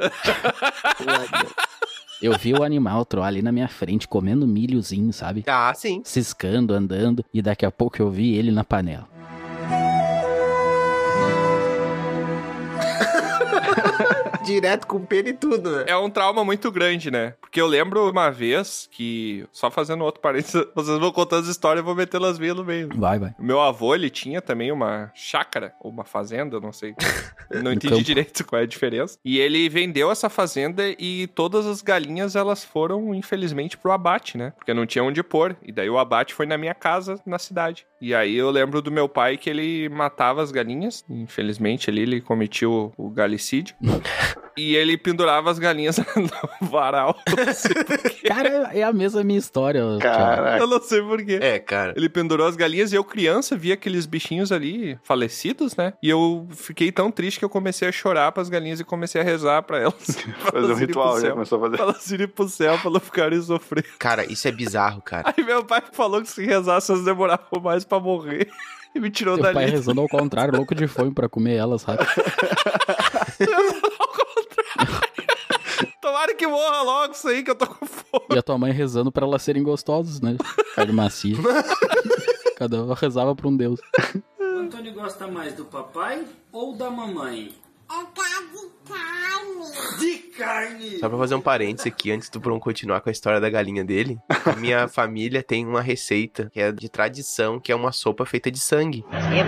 Eu vi o animal troar ali na minha frente, comendo um milhozinho, sabe?
Ah, sim.
Ciscando, andando, e daqui a pouco eu vi ele na panela.
Direto com pena e tudo, né?
É um trauma muito grande, né? Porque eu lembro uma vez que, só fazendo outro parênteses, vocês vão contando as histórias e vou meter elas minhas no meio.
Vai, vai.
O Meu avô, ele tinha também uma chácara, ou uma fazenda, eu não sei. Eu não
No
entendi
campo.
direito qual é a diferença. E ele vendeu essa fazenda e todas as galinhas, elas foram, infelizmente, pro abate, né? Porque não tinha onde pôr. E daí o abate foi na minha casa, na cidade. E aí eu lembro do meu pai que ele matava as galinhas. Infelizmente, ali ele cometiu o galicídio. e ele pendurava as galinhas no varal.
Cara, é a mesma minha história. Thiago.
Eu não sei porquê.
É, cara.
Ele pendurou as galinhas e eu, criança, vi aqueles bichinhos ali falecidos, né? E eu fiquei tão triste que eu comecei a chorar pras galinhas e comecei a rezar pra elas. Pra
Fazer um
elas irem pro
ritual, já
céu.
começou a fazer.
Pra elas irem pro céu, pra não ficarem sofrendo.
Cara, isso é bizarro, cara.
Aí meu pai falou que se rezasse, elas demoravam mais pra morrer. E me tirou
Teu
dali.
pai rezando ao contrário, louco de fome pra comer ela, sabe?
Tomara que morra logo isso aí, que eu tô com fome.
E a tua mãe rezando pra elas serem gostosas, né? Carne macia. Cada uma rezava pra um deus.
O Antônio gosta mais do papai ou da mamãe? É de carne. De carne!
Só pra fazer um parênteses aqui, antes do Bron continuar com a história da galinha dele, a minha família tem uma receita que é de tradição, que é uma sopa feita de sangue.
É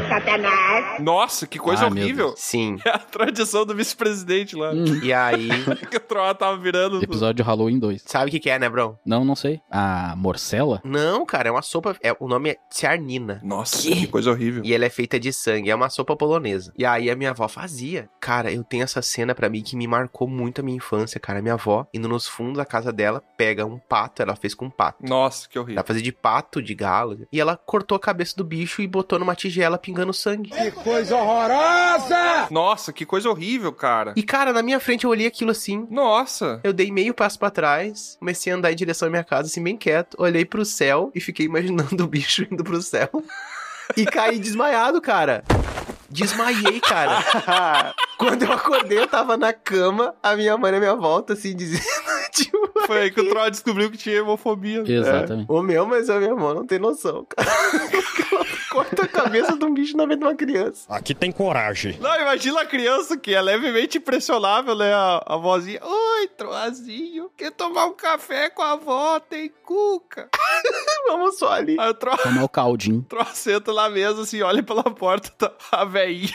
você, Satanás.
Nossa, que coisa
Ah, meu
horrível.
Deus. Sim.
É a tradição do vice-presidente lá.
E aí,
que o Troá tava virando.
Episódio Halloween 2.
sabe o que que é, né, Bron?
Não, não sei. A morcela?
Não, cara, é uma sopa. É, o nome é tiarnina.
Nossa, que coisa horrível.
E ela é feita de sangue, é uma sopa polonesa. E aí a minha avó fazia. Cara, eu tenho essa cena pra mim que me marcou muito a minha infância, cara. Minha avó, indo nos fundos da casa dela, pega um pato, ela fez com pato.
Nossa, que horrível.
Dá pra fazer de pato, de galo. E ela cortou a cabeça do bicho e botou numa tigela pingando sangue. Que
coisa horrorosa! Nossa, que coisa horrível, cara.
E cara, na minha frente eu olhei aquilo assim.
Nossa!
Eu dei meio passo pra trás, comecei a andar em direção à minha casa, assim, bem quieto. Olhei pro céu e fiquei imaginando o bicho indo pro céu. E caí desmaiado, cara. Desmaiei, cara. Quando eu acordei, eu tava na cama, a minha mãe na minha volta, assim, dizendo. Tipo,
Foi aí que o Troll descobriu que tinha hemofobia.
Exatamente.
O meu, mas a minha mão não tem noção, cara. Corta a cabeça de um bicho na frente de uma criança.
Aqui tem coragem.
Não, imagina a criança que é levemente impressionável, né? A, a vozinha. Oi, Troazinho. Quer tomar um café com a avó? Tem cuca.
Vamos só ali.
Aí o Troll
Tomar o caldinho.
senta na mesa, assim, olha pela porta, tá a veinha.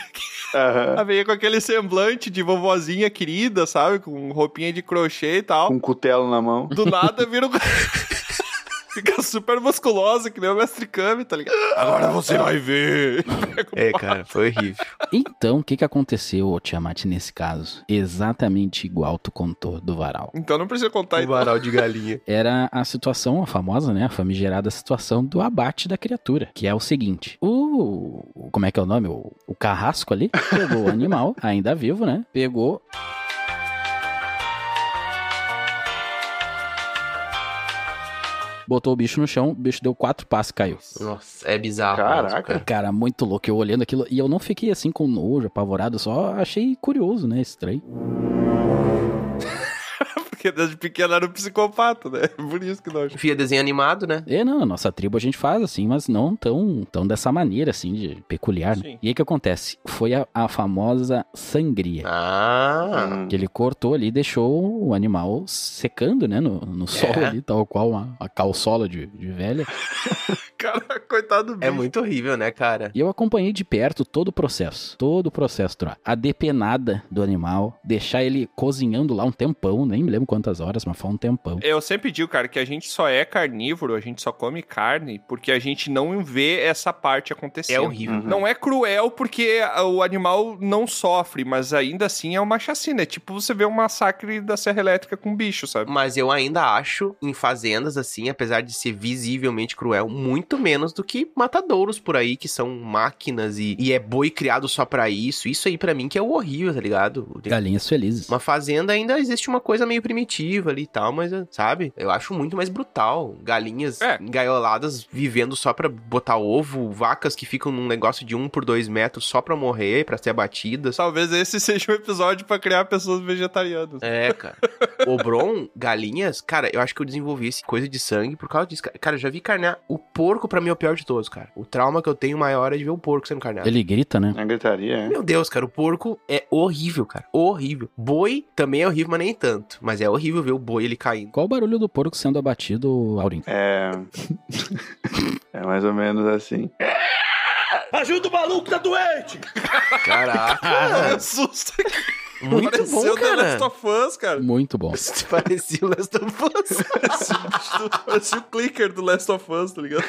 A veinha com aquele semblante de vovozinha querida, sabe? Com roupinha de crochê e tal.
Com um cutelo na mão.
Do nada vira um... Fica super musculosa, que nem o Mestre Kami, tá ligado? Agora você vai ver.
É, cara, foi horrível.
Então, o que que aconteceu, ô Tiamat, nesse caso? Exatamente igual tu contou do varal.
Então não precisa contar
O Um varal de galinha.
Era a situação, a famosa, né? A famigerada situação do abate da criatura. Que é o seguinte: o. o- Como é que é o nome? O, o carrasco ali pegou o animal, ainda vivo, né? Pegou. Botou o bicho no chão, o bicho deu quatro passos e caiu.
Nossa, é bizarro. mesmo, cara.
Cara, muito louco. Eu olhando aquilo. E eu não fiquei assim com nojo, apavorado, eu só achei curioso, né? Estranho.
Porque desde pequeno era um psicopata, né? Por isso que nós.
Via desenho animado, né?
É, não, a nossa tribo a gente faz assim, mas não tão, tão dessa maneira, assim, de peculiar. né? E aí o que acontece? Foi a, a famosa sangria.
Hum.
Ah!
Que ele cortou ali e deixou o animal secando, né, no, no sol
É.
ali, tal qual uma, uma calçola de, de velha.
Cara, coitado do bicho.
É muito horrível, né, cara?
E eu acompanhei de perto todo o processo, todo o processo, Tro. A depenada do animal, deixar ele cozinhando lá um tempão, nem me lembro quantas horas, mas foi um
É.
tempão.
Eu sempre digo, cara, que a gente só é carnívoro, a gente só come carne, porque a gente não vê essa parte acontecendo.
É horrível. Uhum.
Não é cruel porque o animal não sofre, mas ainda assim é uma chacina. É tipo você ver um massacre da Serra Elétrica com um bicho, sabe?
Mas eu ainda acho, em fazendas, assim, apesar de ser visivelmente cruel, muito menos do que matadouros por aí, que são máquinas e, e é boi criado só pra isso. Isso aí pra mim que é o horrível, tá ligado?
Galinhas felizes.
Uma fazenda ainda existe uma coisa meio primitiva ali e tal, mas, sabe? Eu acho muito mais brutal. Galinhas engaioladas vivendo só pra botar ovo, vacas que ficam num negócio de um por dois metros só pra morrer, pra ser abatidas.
Talvez esse seja um episódio pra criar pessoas vegetarianas.
É, cara. O Bron, galinhas, cara, eu acho que eu desenvolvi essa coisa de sangue por causa disso. Cara, eu já vi carnear. O porco, pra mim, é o pior de todos, cara. O trauma que eu tenho maior é de ver o porco sendo carneado.
Ele grita, né?
É gritaria, é.
Meu Deus, cara, o porco é horrível, cara. Horrível. Boi também é horrível, mas nem tanto. Mas é horrível ver o boi ele caindo.
Qual o barulho do porco sendo abatido, Aurim?
É. é mais ou menos assim.
Ajuda o maluco, tá doente!
Caraca!
Susto.
Muito
Pareceu
bom,
The
cara.
Last of Us, cara.
Muito bom.
Parecia o Last of Us.
Parecia o clicker do Last of Us, tá ligado?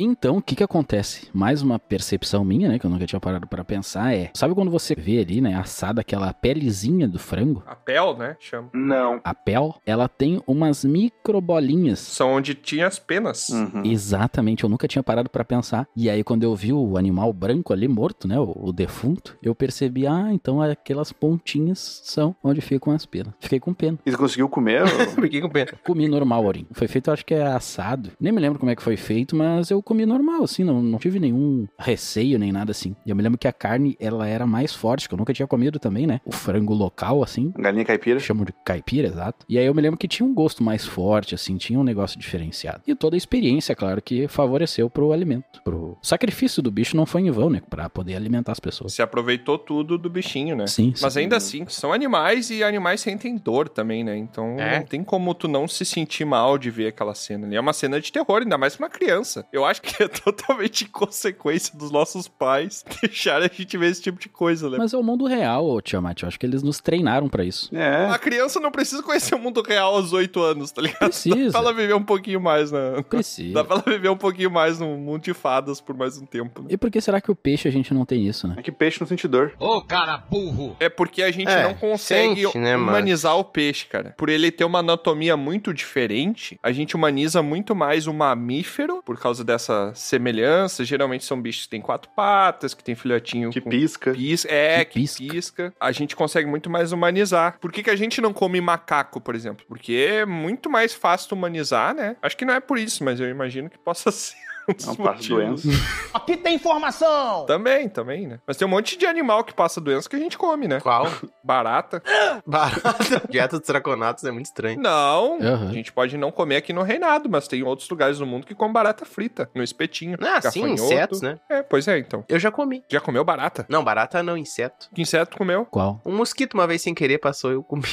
Então, o que que acontece? Mais uma percepção minha, né, que eu nunca tinha parado pra pensar, é... Sabe quando você vê ali, né, assada aquela pelezinha do frango?
A pel, né? Chama.
Não.
A pel, ela tem umas microbolinhas.
São onde tinha as penas.
Hum.
Uhum.
Exatamente, eu nunca tinha parado pra pensar. E aí, quando eu vi o animal branco ali morto, né? O, o defunto, eu percebi, ah, então aquelas pontinhas são onde ficam as penas. Fiquei com pena.
E tu conseguiu comer? ô?
Fiquei com pena.
Comi normal, Aurim. Foi feito, eu acho que é assado. Nem me lembro como é que foi feito, mas eu comi normal, assim. Não, não tive nenhum receio nem nada assim. E eu me lembro que a carne, ela era mais forte, que eu nunca tinha comido também, né? O frango local, assim.
Galinha caipira?
Chamo de caipira, exato. E aí eu me lembro que tinha um gosto mais forte, assim, tinha um negócio diferenciado. E toda a experiência, claro, que favoreceu pro alimento. Pro o sacrifício do bicho não foi em vão, né? Pra poder alimentar as pessoas.
Se aproveitou tudo do bichinho, né?
Sim, sim.
Mas ainda assim, são animais e animais sentem dor também, né? Então
É.
não tem como tu não se sentir mal de ver aquela cena ali. É uma cena de terror, ainda mais pra uma criança. Eu acho que é totalmente consequência dos nossos pais deixarem a gente ver esse tipo de coisa, né?
Mas é o mundo real, ô Tiamat. Eu acho que eles nos treinaram pra isso.
É.
A criança não precisa conhecer o mundo real aos oito anos, tá ligado? Dá pra
Precisa.
ela viver um pouquinho mais na. Dá
Precisa.
pra ela viver um pouquinho mais no mundo de fadas por mais um tempo, né?
E por que será que o peixe a gente não tem isso, né?
É que peixe não sente dor.
Ô, cara burro!
É porque a gente
É,
não consegue
sente, né, mas-
humanizar o peixe, cara. Por ele ter uma anatomia muito diferente, a gente humaniza muito mais o mamífero por causa dessa semelhança. Geralmente são bichos que têm quatro patas, que tem
um
filhotinho
Que
com
pisca.
pisca. É,
Que
que
pisca.
pisca. A gente consegue muito mais humanizar. Por que, que a gente não come macaco, por exemplo? Porque é muito mais fácil tu humanizar, né? Acho que não é por isso, mas eu imagino que possa ser. um dos
Não passa
motivos.
doença.
Aqui tem informação!
Também, também, né? Mas tem um monte de animal que passa doença que a gente come, né?
Qual?
Barata.
Barata. Dieta dos draconatos é muito estranho.
Não,
Aham.
a gente pode não comer aqui no reinado, mas tem outros lugares no mundo que comem barata frita, no espetinho.
Ah, sim,
gafanhoto.
insetos, né?
É, pois é, então.
Eu já comi.
Já comeu barata?
Não, barata não, inseto.
Que inseto comeu?
Qual?
Um mosquito uma vez sem querer passou, eu comi.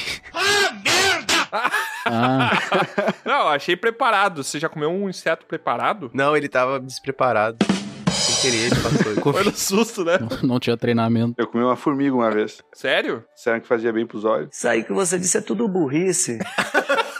Ah,
Não, achei preparado. Você já comeu um inseto preparado?
Não, ele tava despreparado. Sem querer, ele passou, eu comi.
Foi no susto, né?
não tinha treinamento.
Eu comi uma formiga uma vez.
Sério?
Disseram que fazia bem pros olhos.
Isso aí que você disse é tudo burrice.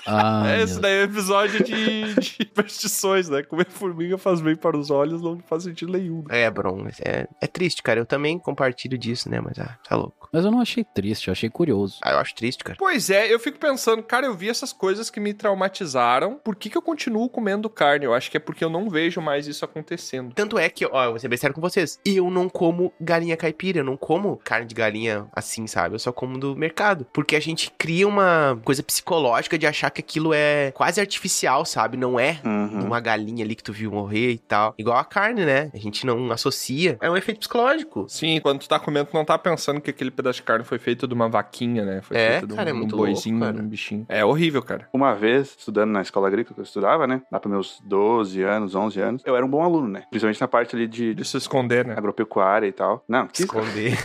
Ah,
é,
meu
esse daí é episódio de, de superstições, né? Comer formiga faz bem para os olhos, não faz sentido nenhum. né?
É, Bron, mas é, é triste, cara. Eu também compartilho disso, né? Mas, ah, tá louco.
Mas eu não achei triste, eu achei curioso.
Ah, eu acho triste, cara.
Pois é, eu fico pensando, cara, eu vi essas coisas que me traumatizaram. Por que, que eu continuo comendo carne? Eu acho que é porque eu não vejo mais isso acontecendo.
Tanto é que, ó, eu vou ser bem sério com vocês. Eu não como galinha caipira, eu não como carne de galinha assim, sabe? Eu só como do mercado. Porque a gente cria uma coisa psicológica de achar que aquilo é quase artificial, sabe? Não é
Uhum.
uma galinha ali que tu viu morrer e tal. Igual a carne, né? A gente não associa. É um efeito psicológico.
Sim, quando tu tá comendo, tu não tá pensando que aquele pedaço de carne foi feito de uma vaquinha, né? Foi
É,
feito de um,
cara, é
de um
muito
boizinho,
louco,
de
cara.
um bichinho. É horrível, cara.
Uma vez, estudando na escola agrícola que eu estudava, né? Lá para meus 12 anos, 11 anos, eu era um bom aluno, né? Principalmente na parte ali de, de
De se esconder, né?
agropecuária e tal. Não, que
Esconder.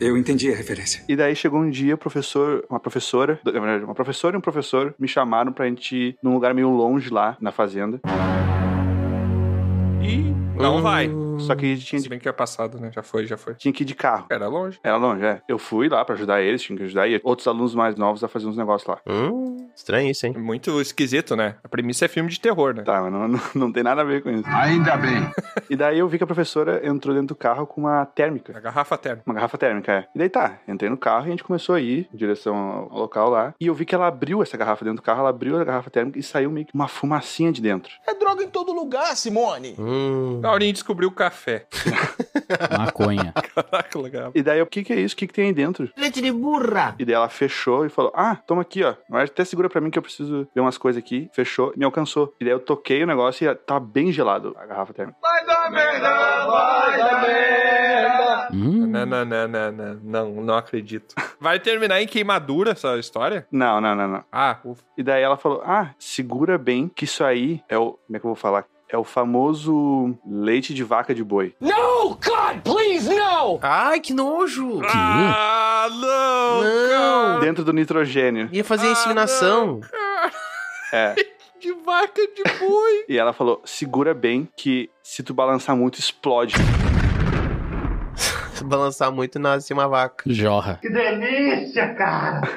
Eu entendi a referência.
E daí chegou um dia, o professor, uma professora, na verdade, uma professora e um professor me chamaram pra gente ir num lugar meio longe lá na fazenda.
E não vai.
Só que a gente tinha
Se bem que é passado, né? Já foi, já foi.
Tinha que ir de carro.
Era longe.
Era longe, é. Eu fui lá pra ajudar eles, tinha que ajudar, e outros alunos mais novos a fazer uns negócios lá.
Hum, estranho isso, hein?
É muito esquisito, né? A premissa é filme de terror, né?
Tá, mas não, não, não tem nada a ver com isso.
Ainda bem.
E daí eu vi que a professora entrou dentro do carro com uma térmica.
É A garrafa térmica.
Uma garrafa térmica, é. E daí tá, entrei no carro e a gente começou a ir em direção ao ao local lá. E eu vi que ela abriu essa garrafa dentro do carro, ela abriu a garrafa térmica e saiu meio que uma fumacinha de dentro.
É droga em todo lugar, Simone.
Hum.
Laurinho descobriu o café.
Maconha.
Caraca, legal.
E daí eu, o que que é isso? O que que tem aí dentro?
Leite de burra.
E daí ela fechou e falou: Ah, toma aqui, ó. Mas até segura pra mim que eu preciso ver umas coisas aqui. Fechou, me alcançou. E daí eu toquei o negócio e tava bem gelado a garrafa térmica.
Hum.
Não, não, não, não, não, não, não acredito. Vai terminar em queimadura essa história?
Não, não, não, não.
Ah, ufa.
E daí ela falou: Ah, segura bem que isso aí é o. Como é que eu vou falar? É o famoso leite de vaca de boi.
No, God, please, no.
Ai, que nojo!
Ah, não!
Não.
cara.
Dentro do nitrogênio.
Ia fazer
Ah,
inseminação.
É.
De vaca de boi.
E ela falou: segura bem que se tu balançar muito, explode.
Se balançar muito, nasce uma vaca.
Jorra.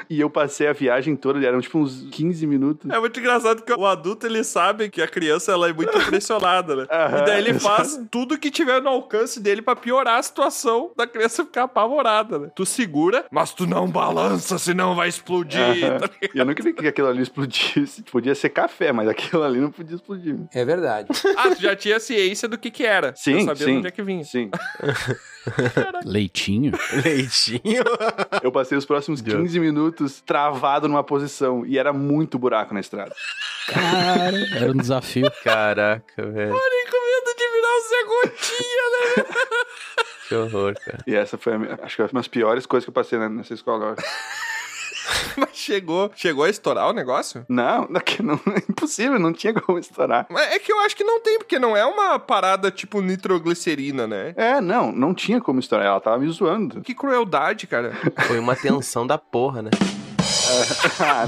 E eu passei a viagem toda, eram tipo uns 15 minutos.
É muito engraçado que o adulto ele sabe que a criança ela é muito impressionada, né?
Aham,
e daí ele
exato.
faz tudo que tiver no alcance dele pra piorar a situação da criança ficar apavorada, né? Tu segura, mas tu não balança, senão vai explodir.
Aham.
tá ligado?
E eu não queria que aquilo ali explodisse. Podia ser café, mas aquilo ali não podia explodir.
É verdade.
Ah, tu já tinha ciência do que que era. Tu
Sim,
sabia
sim.
onde é que vinha.
Sim.
Leitinho.
Leitinho.
Eu passei os próximos 15 minutos travado numa posição e era muito buraco na estrada.
Cara, era um desafio.
Caraca, velho.
Nem com medo de virar o Zé Gotinha, né?
Que horror, cara.
E essa foi, a minha- acho que uma das piores coisas que eu passei na- nessa escola.
Mas chegou, chegou a estourar o negócio?
Não, não, que não, é impossível, não tinha como estourar.
Mas é que eu acho que não tem, porque não é uma parada tipo nitroglicerina, né?
É, não, não tinha como estourar. Ela tava me zoando.
Que crueldade, cara.
Foi uma tensão da porra, né?
Ah,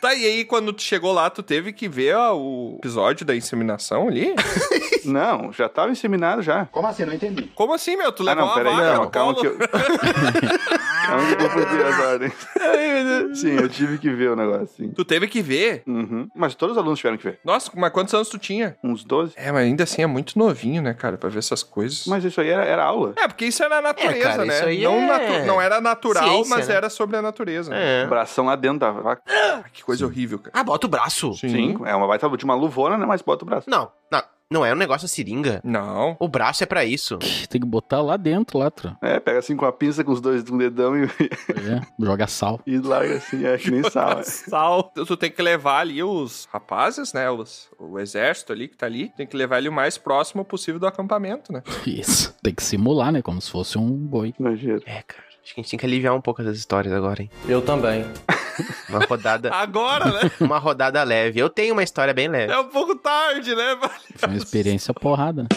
Tá, e aí quando tu chegou lá, tu teve que ver ó, o episódio da inseminação ali?
Não, já tava inseminado já.
Como assim? Não entendi.
Como assim, meu? Tu levou
ah, não,
uma
peraí,
vaca
calma,
no
calma
colo?
que eu. calma que eu confundi as ordens. Sim, eu tive que ver o negócio, sim.
Tu teve que ver?
Uhum. Mas todos os alunos tiveram que ver.
Nossa, mas quantos anos tu tinha?
Uns 12.
É, mas ainda assim é muito novinho, né, cara, pra ver essas coisas.
Mas isso aí era, era aula.
É, porque isso era a natureza,
É, cara,
né?
isso aí
não,
é
natu- não era natural,
ciência,
mas
né?
era sobre a natureza. né?
É.
Bração lá dentro da vaca.
Ah, que coisa horrível, cara.
Ah, bota o braço.
Sim, é uma baita de uma luvona, né? Mas bota o braço.
Não, não, não é um negócio seringa.
Não.
O braço é pra isso.
Tem que botar lá dentro, lá, tra.
É, pega assim com a pinça, com os dois, com o dedão e,
Pois é, joga sal.
e larga assim, é que nem sal. é.
Sal. Tu tem que levar ali os rapazes, né? Os, o exército ali que tá ali. Tem que levar ele o mais próximo possível do acampamento, né?
Isso. Tem que simular, né? Como se fosse um boi.
Que Nojeiro.
É, cara. Acho que a gente tem que aliviar um pouco essas histórias agora, hein?
Eu também.
Uma rodada,
Agora, né?
uma rodada leve. Eu tenho uma história bem leve.
É um pouco tarde, né?
Foi uma experiência porrada, né?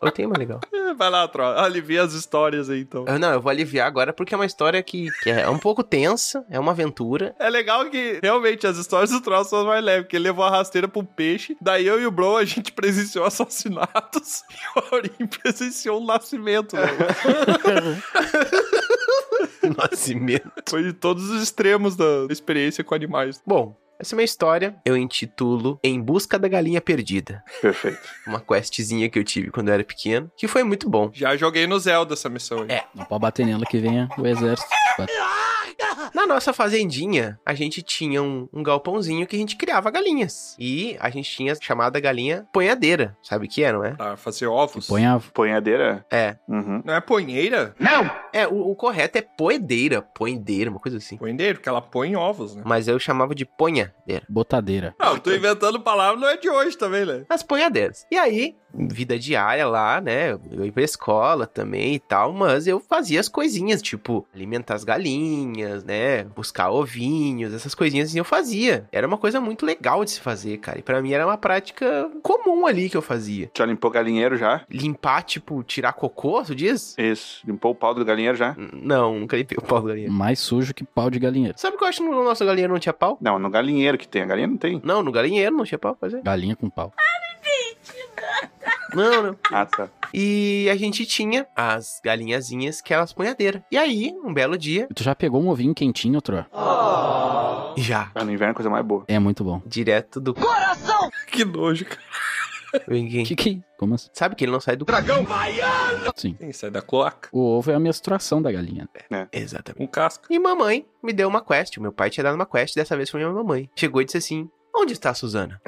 Eu tenho uma legal.
Vai lá, Troll. Alivia as histórias aí, então.
Ah, Não, eu vou aliviar agora porque é uma história que, que é um pouco tensa, é uma aventura.
É legal que realmente as histórias do Troll são as mais leves, porque ele levou a rasteira pra um peixe. Daí eu e o Bro a gente presenciou assassinatos e o Aurim presenciou o nascimento. Né?
Nascimento.
Foi de todos os extremos da experiência com animais.
Bom, essa é uma história. Eu intitulo Em Busca da Galinha Perdida.
Perfeito.
Uma questzinha que eu tive quando eu era pequeno, que foi muito bom.
Já joguei no Zelda essa missão aí.
É.
Não pode bater nela que venha o exército.
Na nossa fazendinha, a gente tinha um, um galpãozinho que a gente criava galinhas. E a gente tinha a chamada galinha ponhadeira. Sabe o que é, não é?
Pra fazer ovos.
Põe a...
Ponhadeira?
É.
Uhum.
Não é ponheira?
É, o, o correto é poedeira, poendeira, uma coisa assim.
Ponheiro, porque ela põe ovos, né?
Mas eu chamava de ponhadeira.
Botadeira.
Ah, eu tô inventando palavra, não é de hoje também, né?
As ponhadeiras. E aí, vida diária lá, né? Eu ia pra escola também e tal, mas eu fazia as coisinhas, tipo, alimentar as galinhas, né? Buscar ovinhos, essas coisinhas assim eu fazia. Era uma coisa muito legal de se fazer, cara. E pra mim era uma prática comum ali que eu fazia.
Já limpou o galinheiro já?
Limpar, tipo, tirar cocô, tu diz?
Isso. Limpou o pau do galinheiro já?
N- Não, nunca limpei o pau da galinha.
Mais sujo que pau de galinheiro.
Sabe o que eu acho que no nosso galinheiro não tinha pau?
Não, no galinheiro que tem. A galinha não tem.
Não, no galinheiro não tinha pau, pois é.
Galinha com pau.
Não, não.
Ah, tá.
E a gente tinha as galinhazinhas que elas punhadeiras. E aí, um belo dia,
Tu já pegou um ovinho quentinho, Tro?
já.
No inverno é a coisa mais boa.
É muito bom.
Direto do.
Coração!
Que nojo, cara.
Que que... Como assim?
Sabe que ele não sai do.
Dragão baiano!
Sim.
Sim, sai da cloaca.
O ovo é a menstruação da galinha. né?
Exatamente.
Um casco.
E mamãe me deu uma quest. O meu pai tinha dado uma quest, dessa vez foi minha mamãe. Chegou e disse assim: Onde está a Suzana?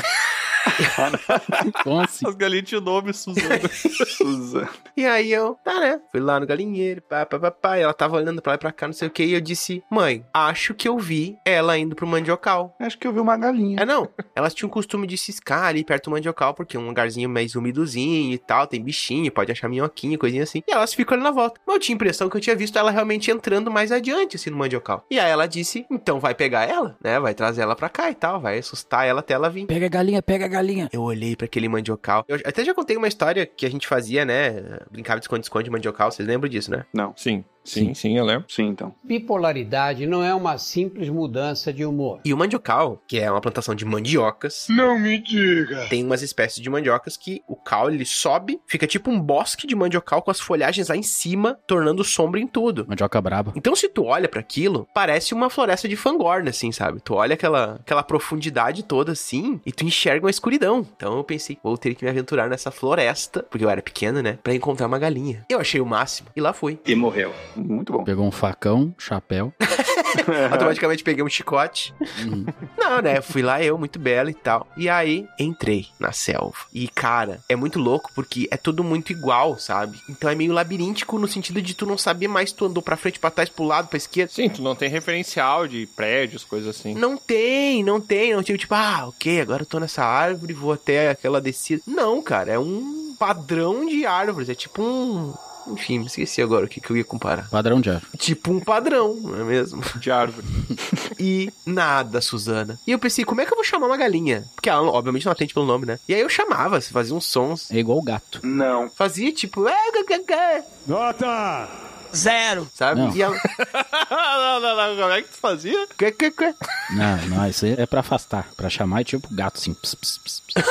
Bom, assim.
As galinhas tinham nome, Suzana.
Suzana.
E aí eu, tá né? Fui lá no galinheiro, pá, pá, pá, pá. E ela tava olhando pra lá e pra cá, não sei o que. E eu disse: Mãe, acho que eu vi ela indo pro mandiocal.
Acho que eu vi uma galinha.
É, não. Elas tinham o costume de ciscar ali perto do mandiocal, porque é um lugarzinho mais umidozinho e tal, tem bichinho, pode achar minhoquinha, coisinha assim. E elas ficam ali na volta. Mas eu tinha a impressão que eu tinha visto ela realmente entrando mais adiante, assim, no mandiocal. E aí ela disse, então vai pegar ela, né? Vai trazer ela pra cá e tal, vai assustar ela até ela vir.
Pega a galinha, pega a galinha.
Eu olhei pra aquele mandiocal. Eu até já contei uma história que a gente fazia, né? Brincava de esconde-esconde mandiocal, vocês lembram disso, né?
Não.
Sim, sim, sim, eu lembro.
Sim, então.
Bipolaridade não é uma simples mudança de humor.
E o mandiocal, que é uma plantação de mandiocas,
Não me diga!
Tem umas espécies de mandiocas que o caule ele sobe, fica tipo um bosque de mandiocal com as folhagens lá em cima, tornando sombra em tudo.
Mandioca braba.
Então, se tu olha pra aquilo, parece uma floresta de fangorna, assim, sabe? Tu olha aquela, aquela profundidade toda assim e tu enxerga uma escuridão. Então, eu pensei, vou ter que me aventurar nessa floresta, porque eu era pequeno, né? Pra encontrar uma galinha. Eu achei o máximo e lá fui.
E morreu.
Muito bom.
Pegou um facão, chapéu.
Ah,
Automaticamente peguei um chicote.
Uhum.
Não, né? Fui lá eu, muito bela e tal. E aí, entrei na selva. E, cara, é muito louco porque é tudo muito igual, sabe? Então é meio labiríntico no sentido de tu não saber mais se tu andou pra frente, pra trás, pro lado, pra esquerda.
Sim, tu não tem referencial de prédios, coisas assim.
Não tem, não tem, não tem. Tipo, ah, ok, agora eu tô nessa árvore, vou até aquela descida. Não, cara, é um padrão de árvores. É tipo um. Enfim, me esqueci agora o que, que eu ia comparar.
Padrão de ar.
Tipo um padrão, não é mesmo?
De árvore.
E nada, Suzana. E eu pensei, como é que eu vou chamar uma galinha? Porque ela, obviamente, não atende pelo nome, né? E aí eu chamava, fazia uns sons.
É igual o gato.
Não.
Fazia tipo, "É, gá, gá, gá",
Zero.
sabe?
Não.
E ela.
não, não, não, como é que tu fazia?
"Gá, gá, gá".
Não, não, isso aí é pra afastar. Pra chamar é tipo gato, assim. Ps, ps, ps, ps.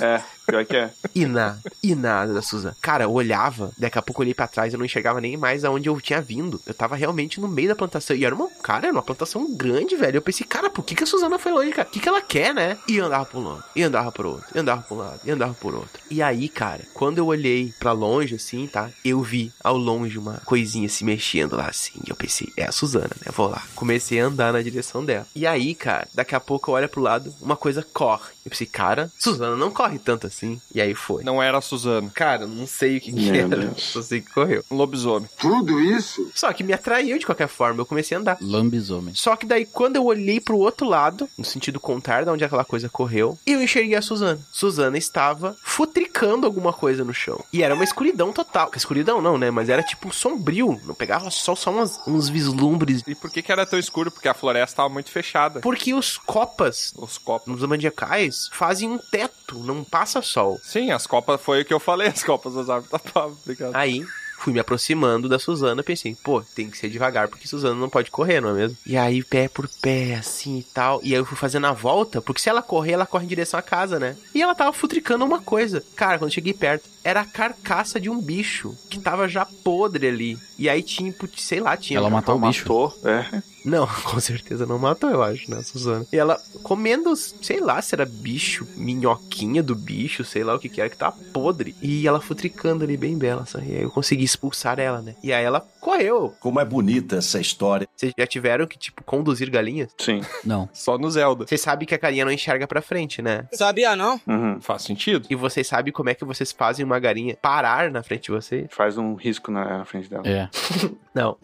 É, pior que é.
E nada, e nada da Suzana. Cara, eu olhava, daqui a pouco eu olhei pra trás, eu não enxergava nem mais aonde eu tinha vindo. Eu tava realmente no meio da plantação. E era uma, cara, era uma plantação grande, velho. Eu pensei, cara, por que, que a Suzana foi longe, cara? O que, que ela quer, né? E eu andava pra um lado, e andava pro outro, e andava pra um lado, e andava pro outro. E aí, cara, quando eu olhei pra longe, assim, tá? Eu vi ao longe uma coisinha se mexendo lá, assim. E eu pensei, é a Suzana, né? Vou lá. Comecei a andar na direção dela. E aí, cara, daqui a pouco eu olho pro lado, uma coisa corre. Eu pensei, cara, Suzana não corre tanto assim. E aí foi.
Não era a Suzana.
Cara, não sei o que, que
Meu
era.
Deus.
Só sei que correu.
Um lobisomem.
Tudo isso?
Só que me atraiu de qualquer forma. Eu comecei a andar.
Lambisomem.
Só que daí, quando eu olhei pro outro lado, no sentido contrário de onde aquela coisa correu, eu enxerguei a Suzana. Suzana estava futricando alguma coisa no chão. E era uma escuridão total. Escuridão não, né? Mas era tipo sombrio. Não pegava sol, só umas- uns vislumbres.
E por que que era tão escuro? Porque a floresta tava muito fechada.
Porque os copas
Os copos.
nos mandiacais fazem um teto, não passa sol.
Sim, as copas foi o que eu falei, as copas das árvores tapavam, tá obrigado.
Aí fui me aproximando da Suzana, pensei, pô, tem que ser devagar, porque Suzana não pode correr, não é mesmo? E aí, pé por pé, assim e tal. E aí eu fui fazendo a volta, porque se ela correr, ela corre em direção à casa, né? E ela tava futricando uma coisa. Cara, quando eu cheguei perto, era a carcaça de um bicho que tava já podre ali. E aí tinha, putz, sei lá, tinha.
Ela
Tá um
matou o bicho.
Matou. É.
Não, com certeza não matou, eu acho, né, Suzana? E ela comendo, sei lá, se era bicho, minhoquinha do bicho, sei lá o que que era, que tá podre. E ela futricando ali, bem bela, sabe? E aí eu consegui expulsar ela, né? E aí ela correu.
Como é bonita essa história.
Vocês já tiveram que, tipo, conduzir galinhas?
Sim.
Não.
Só no Zelda.
Vocês sabem que a galinha não enxerga pra frente, né?
Sabia não?
Uhum.
Faz sentido?
E vocês sabem como é que vocês fazem uma galinha parar na frente de vocês?
Faz um risco na, na frente dela.
É.
Não.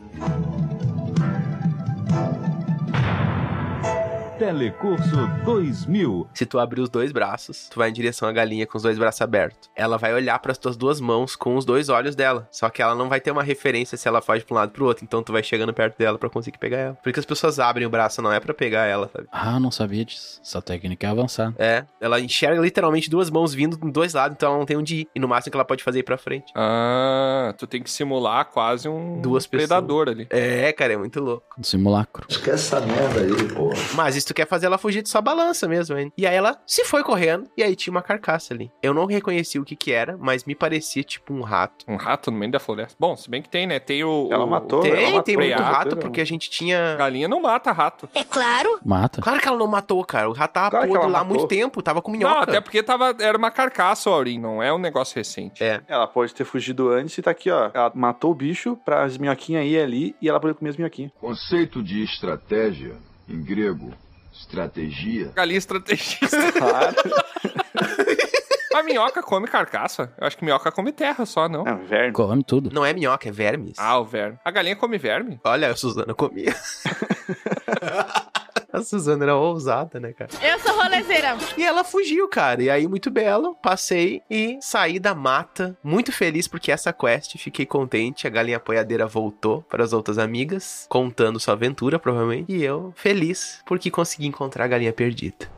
Telecurso 2000.
Se tu abrir os dois braços, tu vai em direção à galinha com os dois braços abertos. Ela vai olhar para as tuas duas mãos com os dois olhos dela. Só que ela não vai ter uma referência se ela foge para um lado pro outro. Então tu vai chegando perto dela para conseguir pegar ela. Porque as pessoas abrem o braço, não é para pegar ela, sabe?
Ah, não sabia disso. Essa técnica é avançada.
É, ela enxerga literalmente duas mãos vindo em dois lados, então ela não tem onde ir. E no máximo que ela pode fazer é ir pra frente.
Ah, tu tem que simular quase um
Duas pessoas.
predador ali.
É, cara, é muito louco.
Simulacro.
Esquece essa merda aí, pô.
Mas isso Tu quer fazer ela fugir, tu só balança mesmo, hein? E aí ela se foi correndo, e aí tinha uma carcaça ali. Eu não reconheci o que que era, mas me parecia tipo um rato.
Um rato no meio da floresta? Bom, se bem que tem, né? Tem o...
Ela
o-
matou,
o-
Tem,
ela matou
tem muito
freado,
rato,
né?
porque a gente tinha...
Galinha não mata rato.
É claro.
Mata.
Claro que ela não matou, cara. O rato tava
Claro que
podre
ela
lá há
matou.
muito tempo, tava com minhoca.
Não, até porque tava, era uma carcaça, Aurim, não é um negócio recente.
É.
Ela pode ter fugido antes e tá aqui, ó. Ela matou o bicho pra as minhoquinhas ir ali e ela poder comer as minhoquinhas.
Conceito de estratégia, em grego, estratégia.
Galinha estrategista. A minhoca come carcaça. Eu acho que minhoca come terra só, não.
É, verme.
Come tudo.
Não é minhoca, é vermes.
Ah, o verme. A galinha come verme?
Olha, a Suzana comia. a Suzana era ousada, né, cara?
Eu sou rolezeira.
E ela fugiu, cara. E aí, muito belo, passei e saí da mata. Muito feliz porque essa quest, fiquei contente. A galinha apoiadeira voltou para as outras amigas, contando sua aventura, provavelmente. E eu, feliz, porque consegui encontrar a galinha perdida.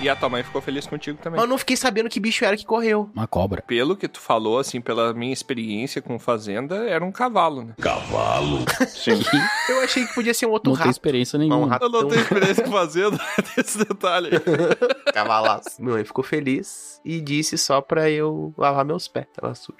E a tua mãe ficou feliz contigo também.
Mas eu não fiquei sabendo que bicho era que correu.
Uma cobra.
Pelo que tu falou, assim, pela minha experiência com fazenda, era um cavalo, né? Cavalo? Sim.
Eu achei que podia ser um outro
Não tem
rato.
experiência nenhuma.
rato.
Eu não tenho experiência com fazenda, tem esse detalhe.
Cavalaço. Minha mãe ficou feliz e disse só pra eu lavar meus pés. Tava sujo.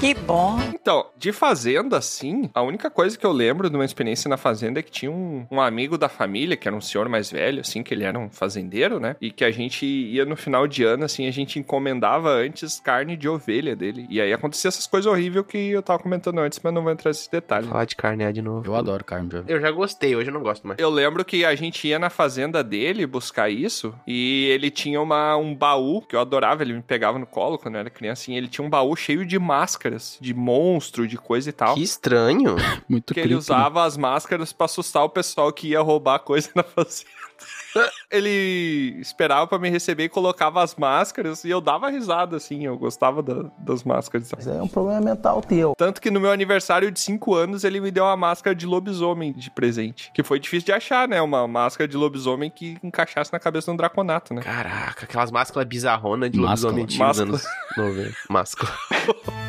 Que bom. Então, de fazenda, assim, a única coisa que eu lembro de uma experiência na fazenda é que tinha um, um amigo da família, que era um senhor mais velho, assim, que ele era um fazendeiro, né? E que a gente ia no final de ano, assim, a gente encomendava antes carne de ovelha dele. E aí acontecia essas coisas horríveis que eu tava comentando antes, mas não vou entrar nesse detalhe.
Falar de carne é de novo.
Eu adoro carne de ovelha.
Eu já gostei, hoje eu não gosto mais.
Eu lembro que a gente ia na fazenda dele buscar isso e ele tinha uma, um baú que eu adorava, ele me pegava no colo quando eu era criança, assim, ele tinha um baú cheio de máscaras, de monstro, de coisa e tal.
Que estranho.
Muito
que
creepy,
ele
né?
usava as máscaras pra assustar o pessoal que ia roubar coisa na fazenda. ele esperava pra me receber e colocava as máscaras e eu dava risada assim, eu gostava da- das máscaras.
É um problema mental teu.
Tanto que no meu aniversário de 5 anos ele me deu uma máscara de lobisomem de presente. Que foi difícil de achar, né? Uma máscara de lobisomem que encaixasse na cabeça de um draconato, né?
Caraca, aquelas máscaras bizarronas de lobisomem antigo dos
Máscara.
anos 90. Máscara.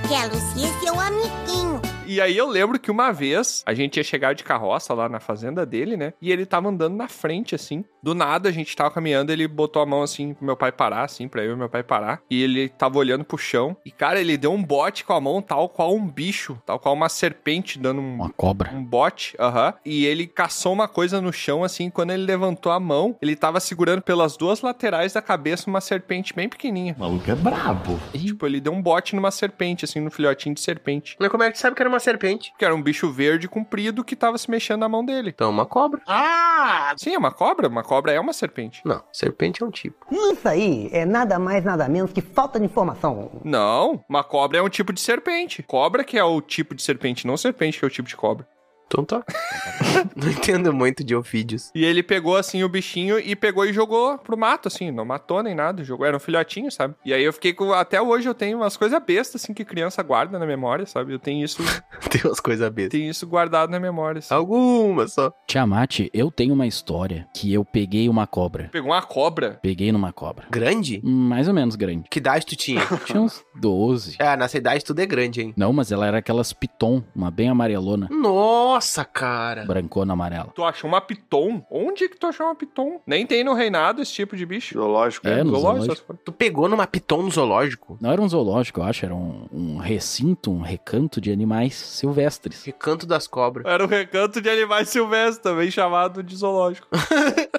Que a Lucia é seu amiguinho.
E aí eu lembro que uma vez a gente ia chegar de carroça lá na fazenda dele, né? E ele tava andando na frente, assim. Do nada a gente tava caminhando, ele botou a mão assim pro meu pai parar, assim, pra eu e meu pai parar. E ele tava olhando pro chão. E, cara, ele deu um bote com a mão, tal qual um bicho, tal qual uma serpente dando um.
Uma cobra.
Um bote, aham. E ele caçou uma coisa no chão, assim. Quando ele levantou a mão, ele tava segurando pelas duas laterais da cabeça uma serpente bem pequenininha. O maluco é brabo. Tipo, ele deu um bote numa serpente, assim, no filhotinho de serpente.
Mas como é que tu sabe que era uma serpente?
Porque era um bicho verde comprido que tava se mexendo na mão dele.
Então, uma cobra.
Ah! Sim, é uma cobra. Uma cobra é uma serpente.
Não, serpente é um tipo.
Isso aí é nada mais, nada menos que falta de informação.
Não, uma cobra é um tipo de serpente. Cobra que é o tipo de serpente, não serpente que é o tipo de cobra.
Então tá. não entendo muito de ofídeos.
E ele pegou assim o bichinho e pegou e jogou pro mato, assim, não matou nem nada, jogou, era um filhotinho, sabe? E aí eu fiquei com. Até hoje eu tenho umas coisas bestas, assim, que criança guarda na memória, sabe? Eu tenho isso.
Tem umas coisas bestas.
Tem isso guardado na memória. Assim.
Alguma só.
Tiamat, eu tenho uma história que eu peguei uma cobra.
Pegou uma cobra.
Peguei numa cobra.
Grande?
Mais ou menos grande.
Que idade tu tinha?
Tinha uns 12.
Ah, nessa idade tudo é grande, hein?
Não, mas ela era aquelas piton, uma bem amarelona.
Nossa, cara.
Brancona amarela.
Tu achou uma piton? Onde que tu achou uma piton? Nem tem no reinado esse tipo de bicho.
Zoológico.
É, no zoológico.
Tu pegou numa piton no zoológico?
Não era um zoológico, eu acho. Era um, um recinto, um recanto de animais silvestres.
Recanto das cobras.
Era um recanto de animais silvestres, também chamado de zoológico.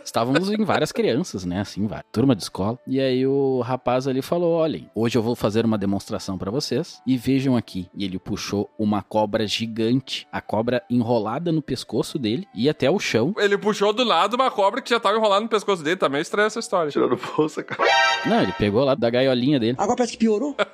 Estávamos em várias crianças, né? Assim, vai. Turma de escola. E aí o rapaz ali falou: olhem, hoje eu vou fazer uma demonstração pra vocês. E vejam aqui. E ele puxou uma cobra gigante. A cobra enrolada no pescoço dele e até o chão.
Ele puxou do lado uma cobra que já tava enrolada no pescoço dele. Tá meio estranha essa história.
Tirou do bolso, cara.
Não, ele pegou lá da gaiolinha dele.
Agora parece que piorou.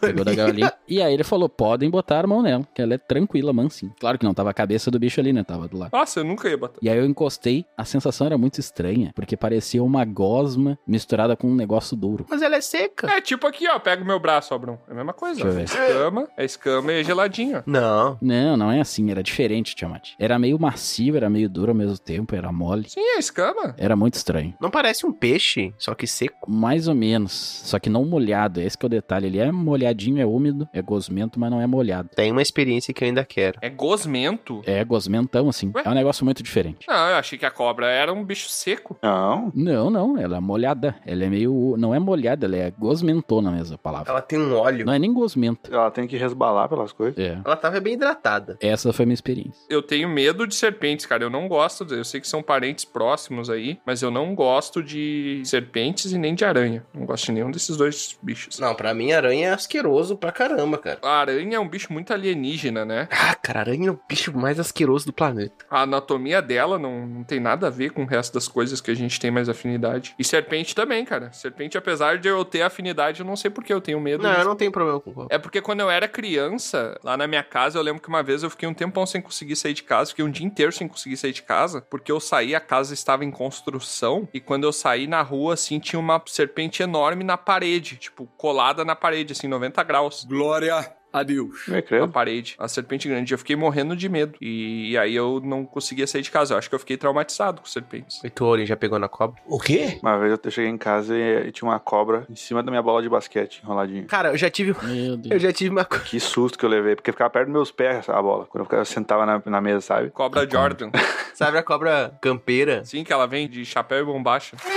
Pegou da gaiolinha. E aí ele falou: podem botar a mão nela, que ela é tranquila, mansinha. Claro que não, tava a cabeça do bicho ali, né? Tava do lado.
Nossa, eu nunca ia bater.
E aí eu encostei, a sensação era muito estranha, porque parecia uma gosma misturada com um negócio duro.
Mas ela é seca.
É tipo aqui, ó. Pega o meu braço, ó, Bruno. É a mesma coisa.
Deixa eu ver.
Escama, é escama e é geladinho.
Não.
Não, não é assim, era diferente, Tiamat. Era meio massivo, era meio duro ao mesmo tempo, era mole.
Sim, é escama.
Era muito estranho.
Não parece um peixe, só que seco.
mais ou menos. Só que não molhado. Esse que é o detalhe. Ele é molhadinho, é úmido, é gosmento, mas não é molhado.
Tem uma experiência que eu ainda quero.
É gosmento?
É gosmentão, assim. É um negócio muito diferente.
Não, eu achei que a cobra era um bicho seco.
Não.
Não, não, ela é molhada. Ela é meio. Não é molhada, ela é gosmentona mesmo a palavra.
Ela tem um óleo.
Não é nem gosmento.
Ela tem que resbalar pelas coisas.
É.
Ela tava bem hidratada.
Essa foi a minha experiência.
Eu tenho medo de serpentes, cara. Eu não gosto. de- Eu sei que são parentes próximos aí, mas eu não gosto de serpentes e nem de aranha. Não gosto de nenhum desses dois bichos.
Não, pra mim aranha é asqueroso pra caramba, cara.
A aranha é um bicho muito alienígena, né?
Ah, cara, aranha é o bicho mais asqueroso do planeta.
A anatomia dela não, não tem nada a ver com o resto das coisas que a gente tem mais afinidade. E serpente também, cara. Serpente, apesar de eu ter afinidade, eu não sei porque eu tenho medo.
Não,
mas-
eu não tenho problema com cobra.
É porque quando eu era criança, lá na minha casa, eu lembro que uma vez eu fiquei um tempão sem conseguir sair de casa, fiquei um dia inteiro sem conseguir sair de casa, porque eu saí, a casa estava em construção, e quando eu saí na rua, assim, tinha uma serpente enorme na parede, tipo, colada na parede, assim, 90 graus.
Glória a Deus.
Meu
Na
credo.
parede, a serpente grande. Eu fiquei morrendo de medo. E, e aí eu não conseguia sair de casa. Eu acho que eu fiquei traumatizado com serpentes.
E tu, Orin, já pegou na cobra?
O quê?
Uma vez eu cheguei em casa e, e tinha uma cobra em cima da minha bola de basquete enroladinha.
Cara, eu já tive.
Meu Deus.
Eu já tive uma. co-
Que susto que eu levei, porque ficava perto dos meus pés a bola, quando eu, ficava, eu sentava na, na mesa, sabe?
Cobra Jordan.
Sabe a cobra campeira?
Sim, que ela vem de chapéu e bombacha.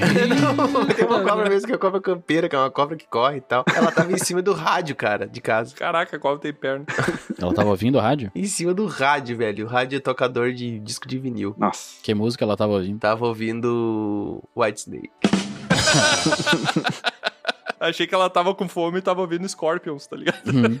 Não, tem uma cobra mesmo que é a cobra campeira, que é uma cobra que corre e tal. Ela tava em cima do rádio, cara, de casa.
Caraca, a cobra tem perna.
Ela tava ouvindo o rádio?
Em cima do rádio, velho. O rádio é tocador de disco de vinil.
Nossa.
Que música ela tava ouvindo?
Tava ouvindo White Snake.
Achei que ela tava com fome e tava ouvindo Scorpions, tá ligado?
Hum,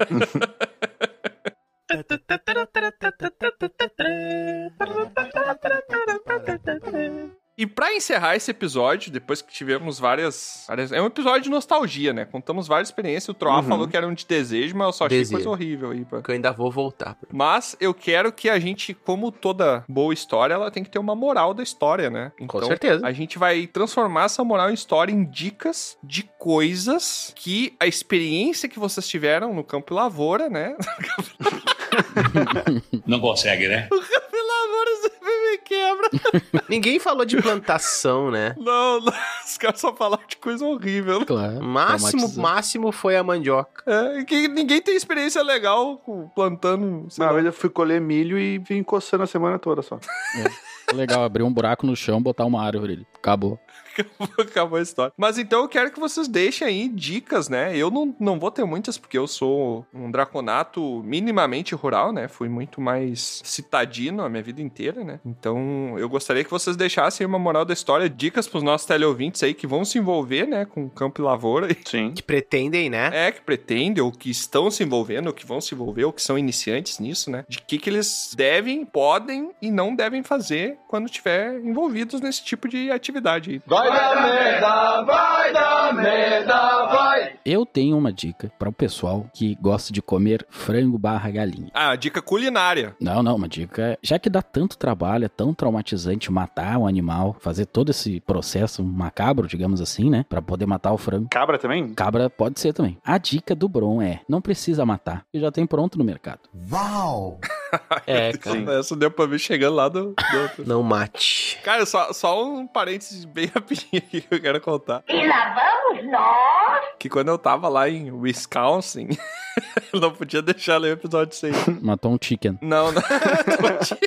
E pra encerrar esse episódio, depois que tivemos várias, várias- É um episódio de nostalgia, né? Contamos várias experiências. O Troá
Uhum.
falou que era um de desejo, mas eu só achei
Desejo.
coisa horrível aí. Pra...
Que eu ainda vou voltar.
Mas eu quero que a gente, como toda boa história, ela tem que ter uma moral da história, né? Então,
certeza.
A gente vai transformar essa moral em história em dicas de coisas que a experiência que vocês tiveram no campo lavoura, né?
Não consegue, né?
Pelo amor de Deus, me quebra.
Ninguém falou de plantação, né?
Não, não, os caras só falaram de coisa horrível. né?
Claro.
Máximo,
traumatizando.
máximo foi a mandioca.
É, que ninguém tem experiência legal com plantando. sei
Uma
lá.
vez eu fui colher milho e vim encostando a semana toda só.
Legal, abrir um buraco no chão, botar uma árvore ali. Acabou.
Acabou a história. Mas então eu quero que vocês deixem aí dicas, né? Eu não, não vou ter muitas, porque eu sou um draconato minimamente rural, né? Fui muito mais citadino a minha vida inteira, né? Então eu gostaria que vocês deixassem uma moral da história, dicas pros nossos teleouvintes aí que vão se envolver, né? Com campo e lavoura.
Sim.
Que pretendem, né?
É, que pretendem, ou que estão se envolvendo, ou que vão se envolver, ou que são iniciantes nisso, né? De que, que eles devem, podem e não devem fazer quando estiver envolvidos nesse tipo de atividade aí.
Vai dar merda, vai dar merda, vai!
Eu tenho uma dica para o pessoal que gosta de comer frango barra galinha.
Ah, dica culinária.
Não, não, uma dica é, já que dá tanto trabalho, é tão traumatizante matar um animal, fazer todo esse processo macabro, digamos assim, né, Pra poder matar o frango.
Cabra também?
Cabra pode ser também. A dica do Bron é: não precisa matar, que já tem pronto no mercado.
É, cara.
Sim.
Então, Essa deu pra mim chegando lá do. do-
Não mate.
Cara, só, só um parênteses bem rapidinho aqui que eu quero contar.
E lá vamos nós!
Que quando eu tava lá em Wisconsin, eu não podia deixar ler o episódio sem.
Hum.
Matou um chicken.
Não, não.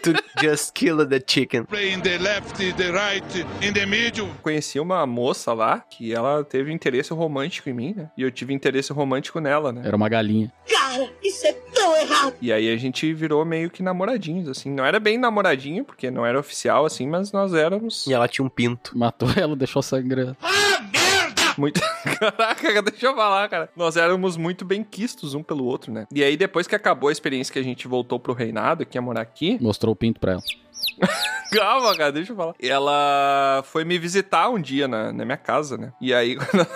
to just kill the chicken.
Play in the left, the right, in the middle.
Conheci uma moça lá que ela teve interesse romântico em mim, né? E eu tive interesse romântico nela, né?
Era uma galinha.
Cara, isso é tão errado!
E aí a gente virou meio que namoradinhos, assim. Não era bem namoradinho, porque não era oficial, assim, mas nós éramos
E ela tinha um pinto.
Matou ela, deixou sangrando.
muito. Caraca, deixa eu falar, cara. Nós éramos muito bem quistos um pelo outro, né? E aí, depois que acabou a experiência que a gente voltou pro reinado, que ia morar aqui,
Mostrou o pinto pra ela.
Calma, cara, deixa eu falar. Ela foi me visitar um dia na, na minha casa, né? E aí, quando ela-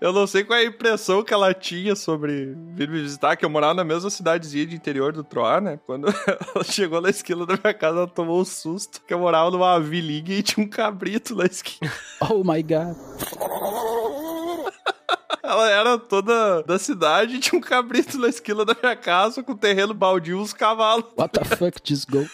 Eu não sei qual é a impressão que ela tinha sobre vir me visitar, que eu morava na mesma cidadezinha de interior do Troá, né? Quando ela chegou na esquina da minha casa, ela tomou um susto, que eu morava numa vilinha e tinha um cabrito na esquina.
Oh my god.
Ela era toda da cidade e tinha um cabrito na esquina da minha casa, com terreno baldio e uns cavalos.
What the fuck just go?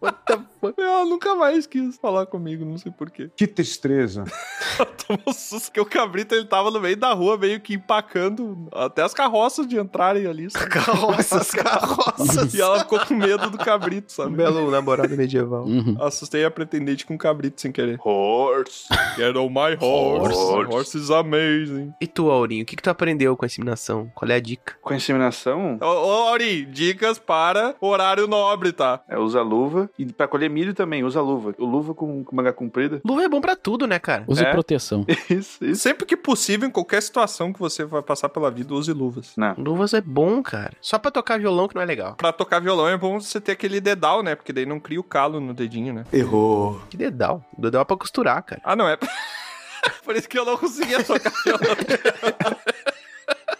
What the fuck?
ela nunca mais quis falar comigo, não sei porquê.
Que tristeza.
Ela tomou um susto que o cabrito ele tava no meio da rua, meio que empacando até as carroças de entrarem ali. sabe?
Carroças, carroças.
E ela ficou com medo do cabrito, sabe?
Um belo namorado medieval.
Assustei a pretendente com um cabrito sem querer.
Horse.
Get on my horse.
Horse.
Horse, is amazing.
E tu, Aurinho, o que, que tu aprendeu com a inseminação? Qual é a dica?
Com a inseminação,
Ô, ô Auri, dicas para horário nobre, tá?
é, usa luva. E pra colher milho também, usa luva. O luva com, com manga comprida.
Luva é bom pra tudo, né, cara?
Use
É.
proteção.
Isso,
E
isso.
sempre que possível, em qualquer situação que você vai passar pela vida, use luvas.
Não.
Luvas é bom, cara. Só pra tocar violão que não é legal.
Pra tocar violão é bom você ter aquele dedal, né? Porque daí não cria o calo no dedinho, né?
Errou.
Que dedal. Dedal é pra costurar, cara.
Ah, não, é. Por isso que eu não conseguia tocar violão.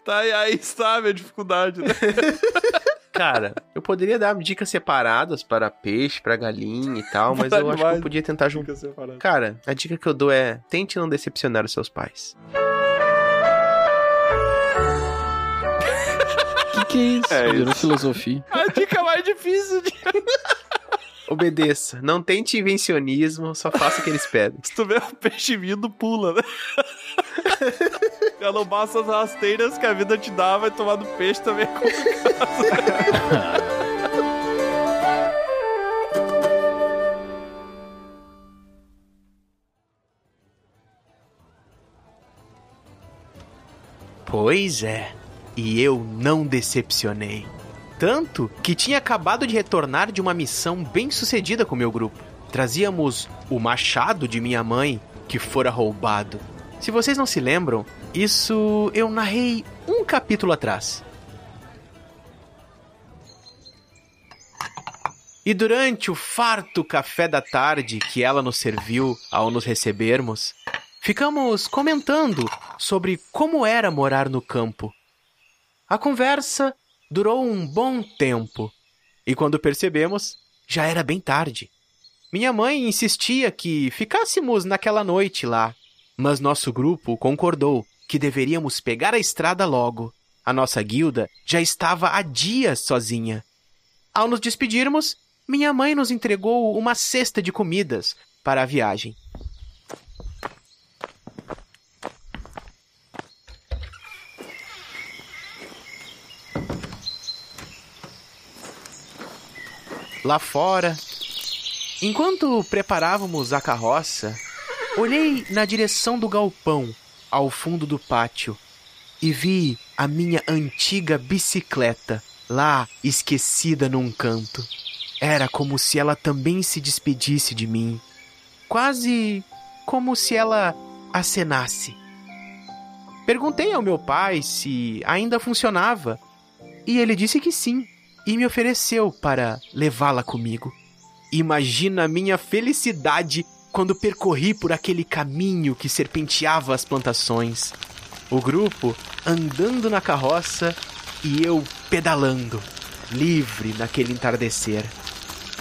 tá, e aí está a minha dificuldade, né?
Cara, eu poderia dar dicas separadas para peixe, para galinha e tal, mas
Vale
eu acho que
mais.
eu podia tentar juntar.
Fica separado.
Cara, a dica que eu dou é: tente não decepcionar os seus pais.
Que que é isso?
É
Virou
isso.
filosofia.
A dica mais difícil de
Obedeça. Não tente invencionismo, só faça o que eles pedem.
Se tu vê o peixe vindo, pula, né? Já não basta as rasteiras que a vida te dá, vai tomar do peixe também. é complicado.
Pois é, e eu não decepcionei. Tanto que tinha acabado de retornar de uma missão bem sucedida com meu grupo. Trazíamos o machado de minha mãe, que fora roubado. Se vocês não se lembram, isso eu narrei um capítulo atrás. E durante o farto café da tarde que ela nos serviu ao nos recebermos, ficamos comentando sobre como era morar no campo. A conversa durou um bom tempo, e quando percebemos, já era bem tarde. Minha mãe insistia que ficássemos naquela noite lá, mas nosso grupo concordou que deveríamos pegar a estrada logo. A nossa guilda já estava há dias sozinha. Ao nos despedirmos, minha mãe nos entregou uma cesta de comidas para a viagem. lá fora. Enquanto preparávamos a carroça, olhei na direção do galpão, ao fundo do pátio, e vi a minha antiga bicicleta lá esquecida num canto. Era como se ela também se despedisse de mim, quase como se ela acenasse. Perguntei ao meu pai se ainda funcionava, e ele disse que sim e me ofereceu para levá-la comigo. Imagina a minha felicidade quando percorri por aquele caminho que serpenteava as plantações. O grupo andando na carroça e eu pedalando, livre naquele entardecer.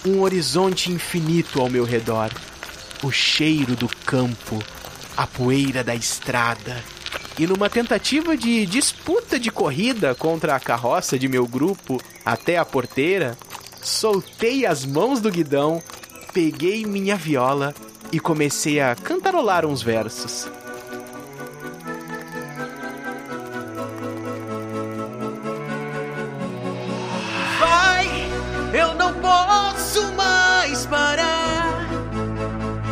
Um horizonte infinito ao meu redor. O cheiro do campo, a poeira da estrada. E numa tentativa de disputa de corrida contra a carroça de meu grupo até a porteira, soltei as mãos do guidão, peguei minha viola e comecei a cantarolar uns versos. Vai, eu não posso mais parar.